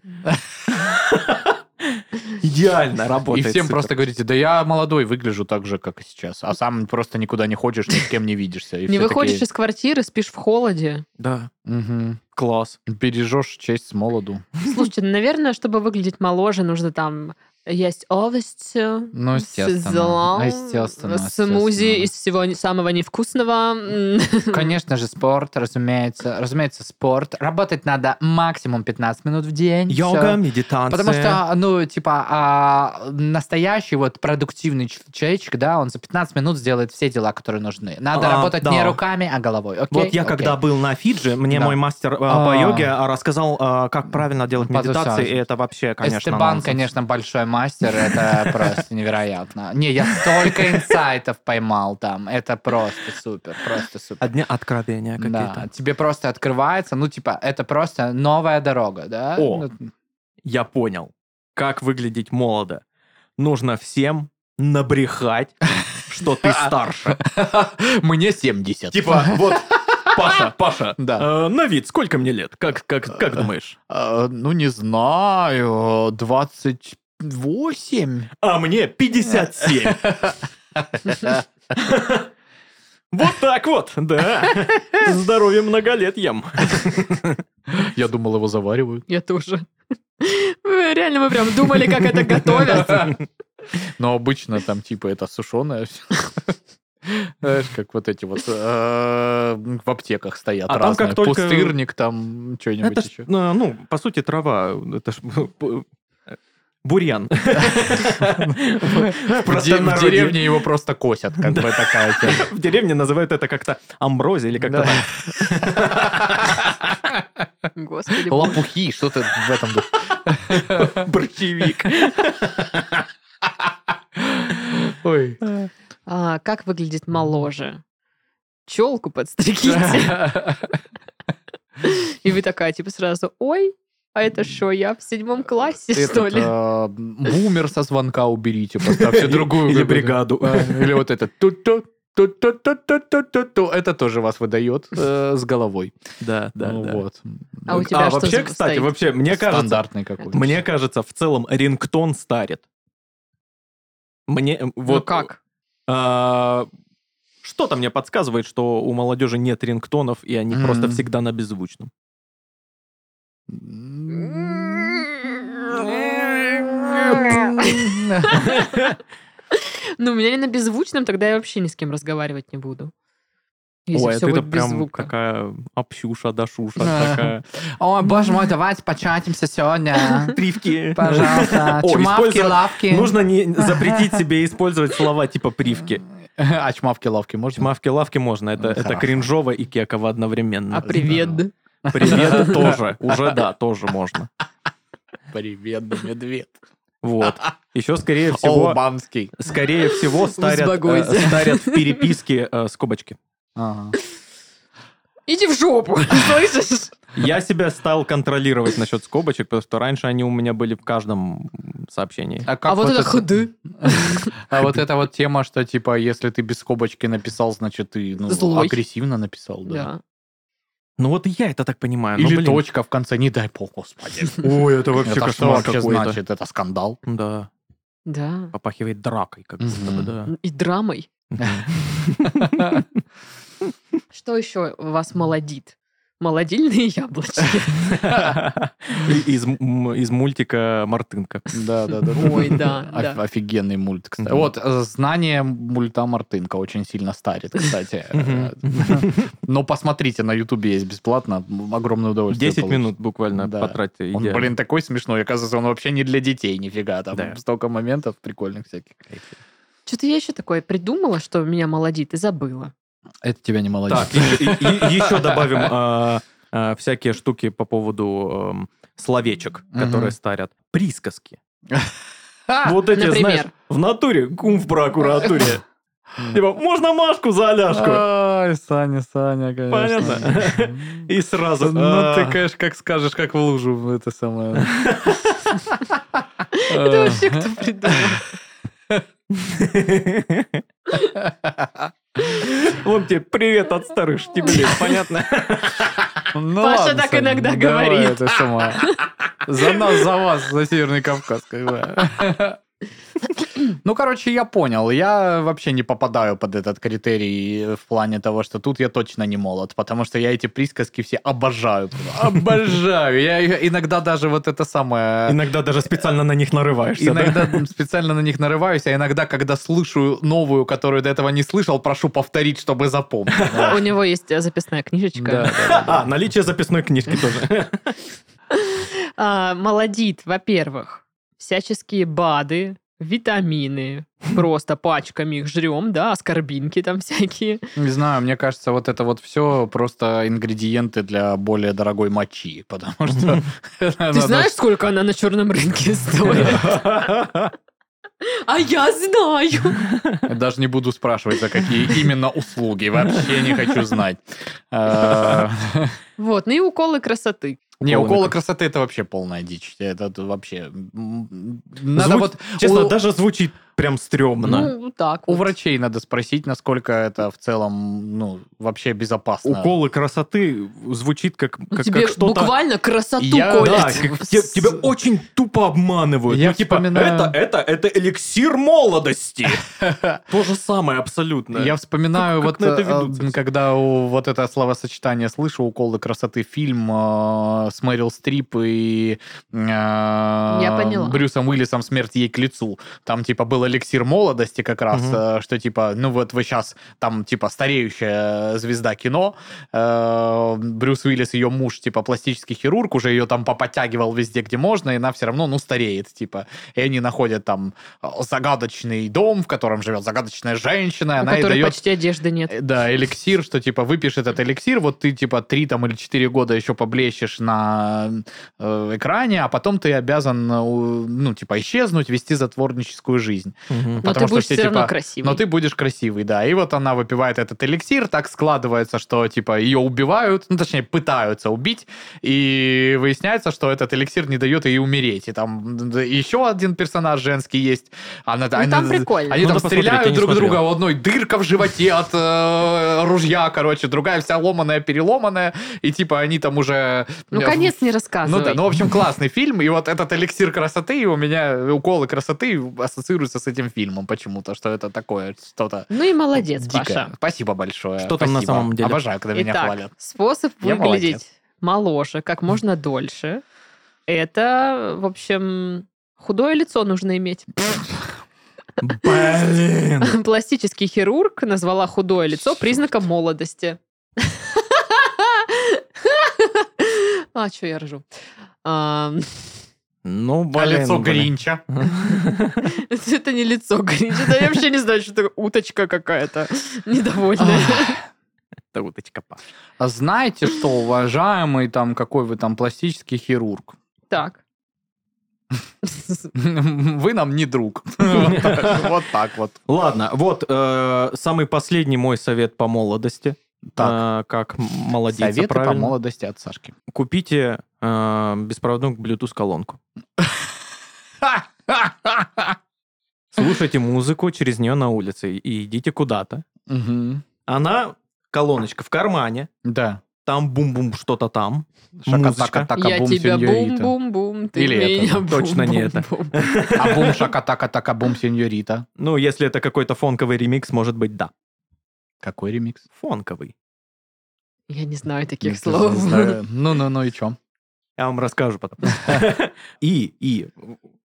Speaker 2: Идеально
Speaker 3: И
Speaker 2: работает.
Speaker 3: всем
Speaker 2: супер.
Speaker 3: просто говорите, да я молодой, выгляжу так же, как и сейчас. А сам просто никуда не ходишь, ни с кем не видишься. И
Speaker 1: Не
Speaker 3: все
Speaker 1: выходишь
Speaker 3: такие,
Speaker 1: из квартиры, спишь в холоде.
Speaker 2: Да,
Speaker 3: «Мгм.
Speaker 2: класс.
Speaker 3: Бережешь честь с молоду.
Speaker 1: Слушайте, ну, наверное, чтобы выглядеть моложе, нужно там есть овощи,
Speaker 3: Ну, естественно.
Speaker 1: зелень,
Speaker 3: Естественно,
Speaker 1: смузи
Speaker 3: естественно.
Speaker 1: из (laughs) всего не- самого невкусного. (laughs) М,
Speaker 3: Конечно же, спорт, разумеется. Разумеется, спорт. Работать надо максимум 15 минут в день. всё.
Speaker 2: Йога, медитация.
Speaker 3: Потому что, ну, типа, а, настоящий вот продуктивный ч- человечек, да, он за 15 минут сделает все дела, которые нужны. Надо
Speaker 2: А,
Speaker 3: работать
Speaker 2: да.
Speaker 3: не руками, а головой. Окей?
Speaker 2: Вот я
Speaker 3: Окей.
Speaker 2: когда был на Фиджи, мне
Speaker 3: Да.
Speaker 2: мой мастер э,
Speaker 3: А.
Speaker 2: по йоге а, рассказал, а, как правильно делать
Speaker 3: Подусяз.
Speaker 2: медитации, и это вообще, конечно,
Speaker 3: Эстебан,
Speaker 2: нонсенс.
Speaker 3: конечно, большой мастер, это (laughs) просто невероятно. Не, я столько инсайтов поймал там, это просто супер, просто супер.
Speaker 2: Одни откровения какие-то.
Speaker 3: Да, тебе просто открывается, ну, типа, это просто новая дорога, да?
Speaker 2: О.
Speaker 3: Ну, (laughs)
Speaker 2: Я понял, как выглядеть молодо. Нужно всем набрехать, что
Speaker 3: (laughs)
Speaker 2: ты старше.
Speaker 3: Мне 70.
Speaker 2: Типа, вот, (laughs) Паша, Паша,
Speaker 3: Да.
Speaker 2: э, на вид сколько мне лет? Как, как, как думаешь?
Speaker 3: Э, Ну, не знаю, 28.
Speaker 2: А мне 57. (laughs) Вот так вот, да. Здоровье много лет ем.
Speaker 3: Я думал, его заваривают.
Speaker 1: Я тоже. Вы, Реально, мы прям думали, как это готовят.
Speaker 3: (laughs) Но обычно там типа это сушеное все. (laughs) Знаешь, как вот эти вот э, в аптеках стоят
Speaker 2: А там
Speaker 3: разные.
Speaker 2: как только-
Speaker 3: Пустырник там, что-нибудь
Speaker 2: Это ж, (laughs)
Speaker 3: еще.
Speaker 2: ну, ну, по сути, трава. Это ж б- э, бурьян.
Speaker 3: В, де- в
Speaker 2: простонародье.
Speaker 3: деревне его просто
Speaker 2: (laughs)
Speaker 3: косят, как бы такая тема.
Speaker 2: В деревне называют это как-то амброзия или как-то
Speaker 3: Да.
Speaker 2: так.
Speaker 1: Господи. боже.
Speaker 3: Лопухи, что-то в этом духе.
Speaker 2: (laughs) борщевик.
Speaker 3: Ой.
Speaker 1: А, Как выглядеть моложе? Челку
Speaker 3: (laughs)
Speaker 1: подстригите.
Speaker 2: (laughs)
Speaker 1: И вы такая, типа, сразу, ой, а это что, я в
Speaker 3: Э,
Speaker 1: седьмом классе, что
Speaker 3: Этот,
Speaker 1: ли?
Speaker 3: э, бумер со звонка уберите, поставьте
Speaker 2: (laughs)
Speaker 3: другую.
Speaker 2: Или
Speaker 3: какую-то.
Speaker 2: бригаду.
Speaker 3: А, Или вот это ту-ту. ту-ту-ту-ту-ту-ту. Это тоже вас выдает э, с головой.
Speaker 2: Да, да,
Speaker 3: Ну
Speaker 2: да.
Speaker 3: вот.
Speaker 1: А у тебя что
Speaker 2: вообще,
Speaker 1: за-
Speaker 2: кстати,
Speaker 1: стоит?
Speaker 2: вообще, мне кажется,
Speaker 3: Стандартный какой-то.
Speaker 2: мне кажется, в целом рингтон старит. Мне э,
Speaker 1: Вот
Speaker 2: вот...
Speaker 1: Ну как?
Speaker 2: а, Что-то мне подсказывает, что у молодежи нет рингтонов, и они
Speaker 3: М.
Speaker 2: просто всегда на беззвучном.
Speaker 1: (laughs) Ну, у меня не на беззвучном, тогда я вообще ни с кем разговаривать не буду. Если
Speaker 2: Ой, а
Speaker 1: все
Speaker 2: ты-то
Speaker 1: будет без
Speaker 2: прям
Speaker 1: звука.
Speaker 2: такая общуша, дашуша,
Speaker 3: Да.
Speaker 1: (laughs)
Speaker 2: такая.
Speaker 3: (laughs) О, боже мой, давайте початимся сегодня.
Speaker 2: Привки.
Speaker 3: Пожалуйста.
Speaker 2: О,
Speaker 3: Чмавки,
Speaker 2: использовать-
Speaker 3: лавки.
Speaker 2: Нужно
Speaker 1: (laughs)
Speaker 2: не запретить себе использовать слова типа привки.
Speaker 3: (laughs) А чмавки, лавки можно?
Speaker 2: Чмавки, лавки можно. Это, это
Speaker 3: Хорошо.
Speaker 2: кринжово и кеково одновременно.
Speaker 1: Ну А привет.
Speaker 3: здорово.
Speaker 1: (laughs)
Speaker 2: Привет тоже. Уже да, тоже можно.
Speaker 3: Привет, медведь.
Speaker 2: Вот. Еще, скорее всего,
Speaker 3: Олбанский.
Speaker 2: скорее всего, старят, э,
Speaker 1: Узбагойзе.
Speaker 2: старят в переписке э, скобочки.
Speaker 3: Ага.
Speaker 1: Иди в жопу, (laughs) слышишь?
Speaker 2: Я себя стал контролировать насчет скобочек, потому что раньше они у меня были в каждом сообщении.
Speaker 3: как
Speaker 1: А вот это ходы.
Speaker 3: А вот эта вот тема, что типа, если ты без скобочки написал, значит ты ну,
Speaker 1: Злой.
Speaker 3: агрессивно написал, да.
Speaker 1: Да.
Speaker 2: Ну вот и я это так понимаю. ну,
Speaker 3: Или
Speaker 2: блин.
Speaker 3: точка в конце, не дай бог, господи.
Speaker 2: Ой, это вообще
Speaker 3: Это что
Speaker 2: кошмар
Speaker 3: вообще
Speaker 2: какой-то.
Speaker 3: значит? Это скандал?
Speaker 2: Да,
Speaker 1: Да.
Speaker 2: попахивает дракой как
Speaker 3: Мгм.
Speaker 2: будто бы, да.
Speaker 1: И драмой. Что еще вас молодит? Молодильные (laughs) яблочки.
Speaker 2: И- Из м- из мультика «Мартынка».
Speaker 3: Да, да, да. (laughs)
Speaker 1: Ой, да,
Speaker 3: Оф-
Speaker 1: да.
Speaker 3: Офигенный мульт, кстати.
Speaker 2: Мгм.
Speaker 3: Вот, э, знание мульта Мартынка очень сильно старит, кстати. Э,
Speaker 2: (laughs) Мгм.
Speaker 3: (laughs) Но посмотрите, на Ютубе есть бесплатно. м, Огромное удовольствие.
Speaker 2: 10
Speaker 3: получите.
Speaker 2: минут буквально
Speaker 3: Да.
Speaker 2: потратьте.
Speaker 3: Он,
Speaker 2: идеально.
Speaker 3: блин, такой смешной. Оказывается, он вообще не для детей, нифига. Там
Speaker 2: Да.
Speaker 3: столько моментов прикольных всяких.
Speaker 1: Что-то я еще такое придумала, что меня молодит, и забыла. (laughs)
Speaker 3: Это тебя не молодец.
Speaker 2: Так, и- и- и- еще добавим а, а, всякие штуки по поводу эм, словечек,
Speaker 3: Мгм.
Speaker 2: которые старят. Присказки.
Speaker 3: А,
Speaker 2: Вот эти,
Speaker 1: например?
Speaker 2: знаешь, в натуре, кум в прокуратуре. Типа, можно Машку за Аляшку?
Speaker 3: Ай, Саня, Саня, конечно.
Speaker 2: Понятно.
Speaker 1: (laughs)
Speaker 2: И сразу.
Speaker 3: Ну, ты,
Speaker 2: а,
Speaker 3: конечно, как скажешь, как в лужу, это самое.
Speaker 1: Это вообще кто придумал?
Speaker 2: (laughs) Вон тебе привет от старых штиблей, понятно?
Speaker 3: Ну
Speaker 1: Паша
Speaker 3: ладно,
Speaker 1: так
Speaker 3: Саня,
Speaker 1: иногда
Speaker 3: давай
Speaker 1: говорит.
Speaker 3: это сама. За нас, за вас, за Северный Кавказ. как бы. Ну, короче, я понял. Я вообще не попадаю под этот критерий в плане того, что тут я точно не молод, потому что я эти присказки все
Speaker 1: (laughs)
Speaker 3: обожаю. Обожаю. Я её иногда даже вот это самое...
Speaker 2: (laughs) Иногда даже специально на них нарываешься. да?
Speaker 3: Иногда специально на них нарываюсь, а иногда, когда слышу новую, которую до этого не слышал, прошу повторить, чтобы (laughs) запомнить.
Speaker 1: У него есть э, записная
Speaker 3: Да,
Speaker 1: книжечка.
Speaker 3: да, да.
Speaker 2: А, наличие записной книжки (laughs) тоже.
Speaker 1: А, Молодит, во-первых, всяческие БАДы, витамины, просто пачками их жрем, да, аскорбинки там всякие.
Speaker 3: Не знаю, мне кажется, вот это вот все просто ингредиенты для более дорогой мочи, потому (laughs) что...
Speaker 1: Ты знаешь, сколько она на черном
Speaker 3: (laughs)
Speaker 1: рынке стоит? А я знаю.
Speaker 3: Даже не буду спрашивать, за какие именно услуги. Вообще не хочу знать. Э,
Speaker 1: Вот, ну и уколы красоты.
Speaker 3: Не,
Speaker 2: Уколы
Speaker 3: уколы
Speaker 2: на-
Speaker 3: красоты это вообще полная дичь. Это тут вообще... м, Надо
Speaker 2: Звуч-
Speaker 3: вот...
Speaker 2: Честно,
Speaker 3: у-
Speaker 2: даже звучит прям стрёмно.
Speaker 1: Ну, так
Speaker 3: У
Speaker 1: вот.
Speaker 3: врачей надо спросить, насколько это в целом, ну, вообще безопасно.
Speaker 2: Уколы красоты звучит как, как,
Speaker 1: Ну, Тебе
Speaker 2: как что-то...
Speaker 1: буквально красоту
Speaker 3: Я-
Speaker 1: колят.
Speaker 2: Да, как те- тебя очень тупо обманывают.
Speaker 3: Я
Speaker 2: Ну, типа,
Speaker 3: вспоминаю-
Speaker 2: это, это, это эликсир
Speaker 3: (laughs)
Speaker 2: молодости. То же самое абсолютно.
Speaker 3: Я вспоминаю,
Speaker 2: Как-
Speaker 3: вот
Speaker 2: как на это
Speaker 3: э,
Speaker 2: ведутся
Speaker 3: э,
Speaker 2: все?
Speaker 3: когда у- вот это словосочетание слышу, уколы красоты, фильм э, с Мэрил Стрип и э,
Speaker 1: поняла.
Speaker 3: Брюсом Уиллисом «Смерть ей к лицу». Там, типа, был эликсир молодости как раз,
Speaker 2: Мгм.
Speaker 3: э, что, типа, ну вот вы сейчас, там, типа, стареющая звезда кино, э, Брюс Уиллис, ее муж, типа, пластический хирург, уже ее там поподтягивал везде, где можно, и она все равно, ну, стареет, типа. И они находят там э, загадочный дом, в котором живет загадочная женщина, и
Speaker 1: У
Speaker 3: она ей
Speaker 1: которой
Speaker 3: дает
Speaker 1: почти одежды нет.
Speaker 3: Э, Да, эликсир, что типа выпьешь этот эликсир, вот ты типа три там или четыре года еще поблещешь на э, экране, а потом ты обязан, э, у- ну типа исчезнуть, вести затворническую жизнь.
Speaker 2: Мгм.
Speaker 1: Но
Speaker 3: потому
Speaker 1: Ну, ты
Speaker 3: что
Speaker 1: будешь
Speaker 3: все,
Speaker 1: все равно
Speaker 3: типа,
Speaker 1: красивой.
Speaker 3: Но ты будешь красивый, да. И вот она выпивает этот эликсир, так складывается, что типа ее убивают, ну точнее пытаются убить, и выясняется, что этот эликсир не дает ей умереть. И там м, еще один персонаж женский есть. Она,
Speaker 1: Ну, там прикольно.
Speaker 3: они там
Speaker 2: Надо посмотреть, я
Speaker 3: стреляют
Speaker 2: не
Speaker 3: друг
Speaker 2: смотрел.
Speaker 3: друга, у одной дырка в животе от э, ружья, короче, другая вся ломаная, переломанная, и типа они там уже...
Speaker 1: Ну,
Speaker 3: э,
Speaker 1: конец не
Speaker 3: ну
Speaker 1: рассказывай.
Speaker 3: да, ну, в общем, классный фильм, и вот этот эликсир красоты у меня, уколы красоты ассоциируются с этим фильмом почему-то, что это такое, что-то
Speaker 1: Ну и молодец,
Speaker 3: дикое.
Speaker 1: Паша.
Speaker 3: Спасибо большое.
Speaker 2: Что там на
Speaker 3: спасибо.
Speaker 2: самом деле?
Speaker 3: Обожаю, когда меня
Speaker 1: Итак,
Speaker 3: хвалят.
Speaker 1: способ
Speaker 3: Я
Speaker 1: выглядеть моложе как можно дольше – это, в общем, худое лицо нужно
Speaker 3: (laughs)
Speaker 1: иметь.
Speaker 2: Блин!
Speaker 1: Пластический хирург назвала худое лицо признаком молодости. (laughs) А, что я ржу? А, (laughs)
Speaker 2: Ну,
Speaker 3: А
Speaker 2: блин.
Speaker 3: лицо
Speaker 2: блин.
Speaker 3: Гринча.
Speaker 1: Это не лицо, Гринч. Это я вообще не знаю, что это уточка какая-то (laughs) недовольная.
Speaker 2: Это уточка Паша.
Speaker 3: А Знаете что, уважаемый там, какой вы там пластический хирург? (laughs)
Speaker 1: Так.
Speaker 3: Вы нам не друг. (laughs) Вот так- вот так вот.
Speaker 2: Ладно, вот э, самый последний мой совет по молодости.
Speaker 3: Так.
Speaker 2: Э, как м- молодиться
Speaker 3: Советы по
Speaker 2: правильно.
Speaker 3: молодости от Сашки. (laughs)
Speaker 2: Купите э, беспроводную Bluetooth колонку. Слушайте музыку через нее на улице и идите куда-то.
Speaker 3: Мгм.
Speaker 2: Она колоночка в кармане,
Speaker 3: Да.
Speaker 2: там бум-бум что-то там. Музычка.
Speaker 3: Шака-така-така,
Speaker 1: Я
Speaker 3: бум,
Speaker 1: тебя
Speaker 3: сеньорита.
Speaker 1: бум-бум-бум, ты
Speaker 3: А Или это,
Speaker 1: меня
Speaker 2: точно не это.
Speaker 1: бум-бум-бум.
Speaker 3: А бум, шака-така-така, бум, сеньорита.
Speaker 2: Ну, если это какой-то фонковый ремикс, может быть, да.
Speaker 3: Какой ремикс?
Speaker 2: Фонковый.
Speaker 1: Я не знаю
Speaker 3: Я
Speaker 1: таких
Speaker 3: тоже не
Speaker 1: слов. (laughs)
Speaker 3: (laughs) знаю. Ну-ну-ну и чё?
Speaker 2: Я вам расскажу (laughs) потом. И, и,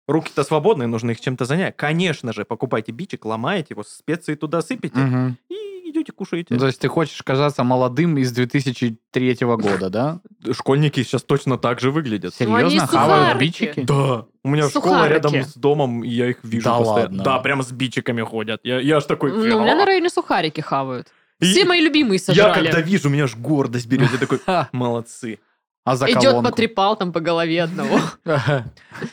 Speaker 2: руки-то свободные, нужно их чем-то занять. Конечно же, покупайте бичик, ломаете его, специи туда сыпите
Speaker 3: Мгм.
Speaker 2: и идете кушаете.
Speaker 3: Ну, То есть ты хочешь казаться молодым из 2003 года, да?
Speaker 2: Школьники сейчас точно так же выглядят.
Speaker 1: Ну, они
Speaker 3: Серьезно? Хавают
Speaker 1: сухарики.
Speaker 3: бичики?
Speaker 2: Да, у меня школа
Speaker 1: Сухарики.
Speaker 2: рядом с домом, и я их вижу
Speaker 3: Да
Speaker 2: постоянно.
Speaker 3: ладно?
Speaker 2: Да, прям с бичиками ходят. Я, я ж такой...
Speaker 1: Ну,
Speaker 3: «А?»
Speaker 1: у меня на
Speaker 2: «Фига».
Speaker 1: районе сухарики хавают.
Speaker 2: И
Speaker 1: Все мои любимые
Speaker 2: Я
Speaker 1: сожрали.
Speaker 2: когда вижу, у меня аж гордость берет. Я такой,
Speaker 3: Ха,
Speaker 2: молодцы.
Speaker 3: А за
Speaker 1: Идет
Speaker 3: колонку?
Speaker 1: потрепал там по голове одного.
Speaker 3: (laughs)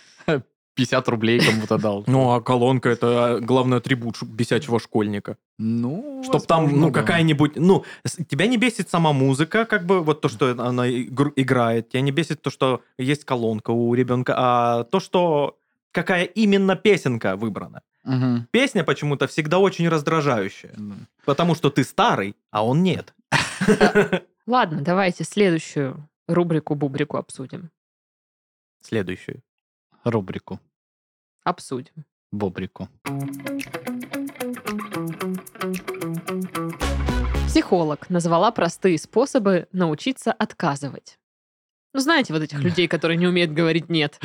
Speaker 3: 50 рублей кому-то дал.
Speaker 2: Ну, а колонка — это главный атрибут ш- бесячего школьника.
Speaker 3: (laughs) Ну,
Speaker 2: Чтоб там, ну,
Speaker 3: возможно, да.
Speaker 2: какая-нибудь... Ну, с- тебя не бесит сама музыка, как бы, вот то, что она игр- играет. Тебя не бесит то, что есть колонка у ребенка, а то, что... Какая именно песенка выбрана.
Speaker 3: Мгм.
Speaker 2: Песня почему-то всегда очень раздражающая.
Speaker 3: Мгм.
Speaker 2: Потому что ты старый, а он нет.
Speaker 1: Ладно, давайте следующую рубрику-бубрику обсудим.
Speaker 2: Следующую.
Speaker 3: Рубрику.
Speaker 1: Обсудим.
Speaker 3: Бобрику.
Speaker 1: Психолог назвала простые способы научиться отказывать. Ну, знаете, вот этих людей, которые не умеют говорить «нет».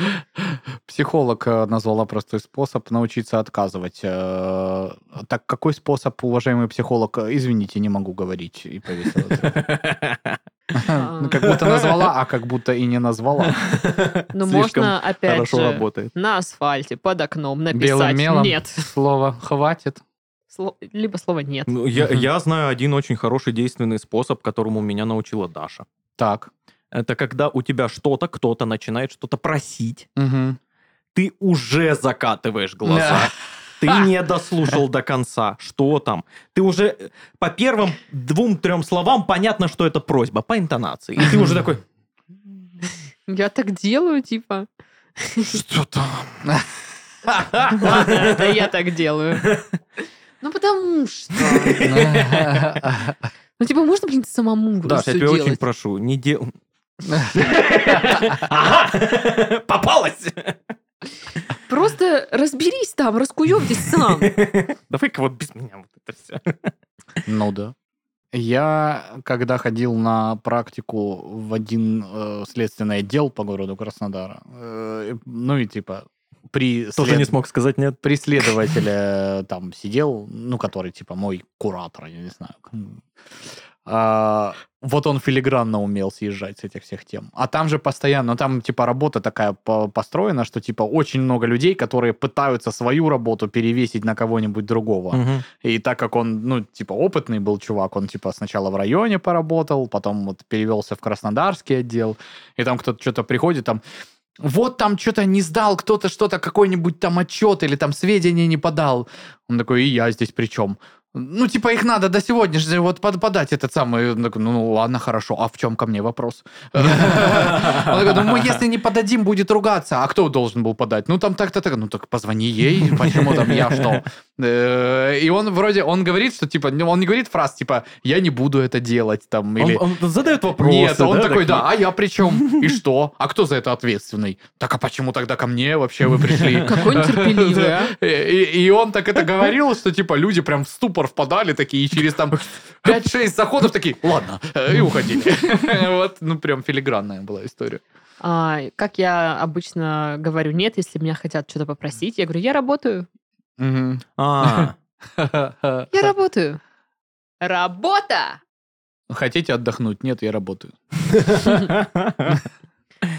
Speaker 3: Психолог э, назвала простой способ научиться отказывать. Э, Так какой способ, уважаемый психолог? Э, Извините, не могу говорить. И повесила (laughs) трубку. Ну, Как будто назвала, а как будто и не назвала.
Speaker 1: Но
Speaker 2: (laughs) Слишком
Speaker 1: Ну, можно опять
Speaker 2: Хорошо
Speaker 1: же
Speaker 2: работает.
Speaker 1: на асфальте под окном написать
Speaker 3: Белым мелом
Speaker 1: «нет».
Speaker 3: слово «хватит».
Speaker 1: Сло- Либо слово «нет».
Speaker 2: Ну, я,
Speaker 3: Мгм.
Speaker 2: я знаю один очень хороший действенный способ, которому меня научила Даша.
Speaker 3: Так.
Speaker 2: Это когда у тебя что-то, кто-то начинает что-то просить,
Speaker 3: Мгм.
Speaker 2: ты уже закатываешь глаза. Ты не дослушал до конца, что там. Ты уже э, по первым двум-трем словам понятно, что это просьба, по интонации. И ты уже такой,
Speaker 1: Я так делаю, типа.
Speaker 2: (laughs) что там?
Speaker 1: Ладно, (laughs) это я так делаю. (laughs) Ну, потому что... Ну, типа, можно, блин, самому
Speaker 2: Да, я
Speaker 1: все
Speaker 2: тебя очень
Speaker 1: делать?
Speaker 2: прошу, не
Speaker 3: (laughs)
Speaker 2: дел... Ага, (laughs) попалась!
Speaker 1: Просто разберись там, раскуёвьтесь сам.
Speaker 2: Давай-ка вот без меня вот это все.
Speaker 3: (laughs) Ну да. Я, когда ходил на практику в один э, следственный отдел по городу Краснодара, э, ну и типа при
Speaker 2: Тоже
Speaker 3: след-
Speaker 2: не смог сказать нет.
Speaker 3: преследователя э, там сидел, ну, который, типа, мой куратор, я не знаю. А, вот он филигранно умел съезжать с этих всех тем. А там же постоянно, там, типа, работа такая по- построена, что, типа, очень много людей, которые пытаются свою работу перевесить на кого-нибудь другого. И так как он, ну, типа, опытный был чувак, он, типа, сначала в районе поработал, потом вот перевелся в Краснодарский отдел, и там кто-то что-то приходит, там, вот там что-то не сдал, кто-то что-то, какой-нибудь там отчет или там сведения не подал. Он такой, и я здесь при чем? Ну, типа, их надо до сегодня же вот под- подать этот самый... Он такой, Ну, ладно, хорошо. А в чем ко мне вопрос? Он такой, ну, мы если не подадим, будет ругаться. А кто должен был подать? Ну, там так-то так. Ну, так позвони ей. Почему там я что? Э, И он вроде, он говорит, что, типа, ну, он не говорит фраз, типа, я не буду это делать, там, или...
Speaker 2: Он, он задает вопросы.
Speaker 3: Нет, он
Speaker 2: да, такие?
Speaker 3: такой, да, а я при чем? И что? А кто за это ответственный? Так а почему тогда ко мне вообще вы
Speaker 1: (laughs)
Speaker 3: пришли?
Speaker 1: Какой нетерпеливый,
Speaker 3: (laughs)
Speaker 1: а?
Speaker 3: И, и- и он так это говорил, что типа люди прям в ступор впадали такие, и через там 5-6 заходов такие, ладно, э, и уходили. (laughs) Вот, ну прям филигранная была история.
Speaker 1: (laughs) А, как я обычно говорю нет, если меня хотят что-то попросить, я говорю, я работаю,
Speaker 2: А,
Speaker 1: я работаю. (laughs) Работа!
Speaker 3: (laughs) Хотите отдохнуть? Нет, я работаю.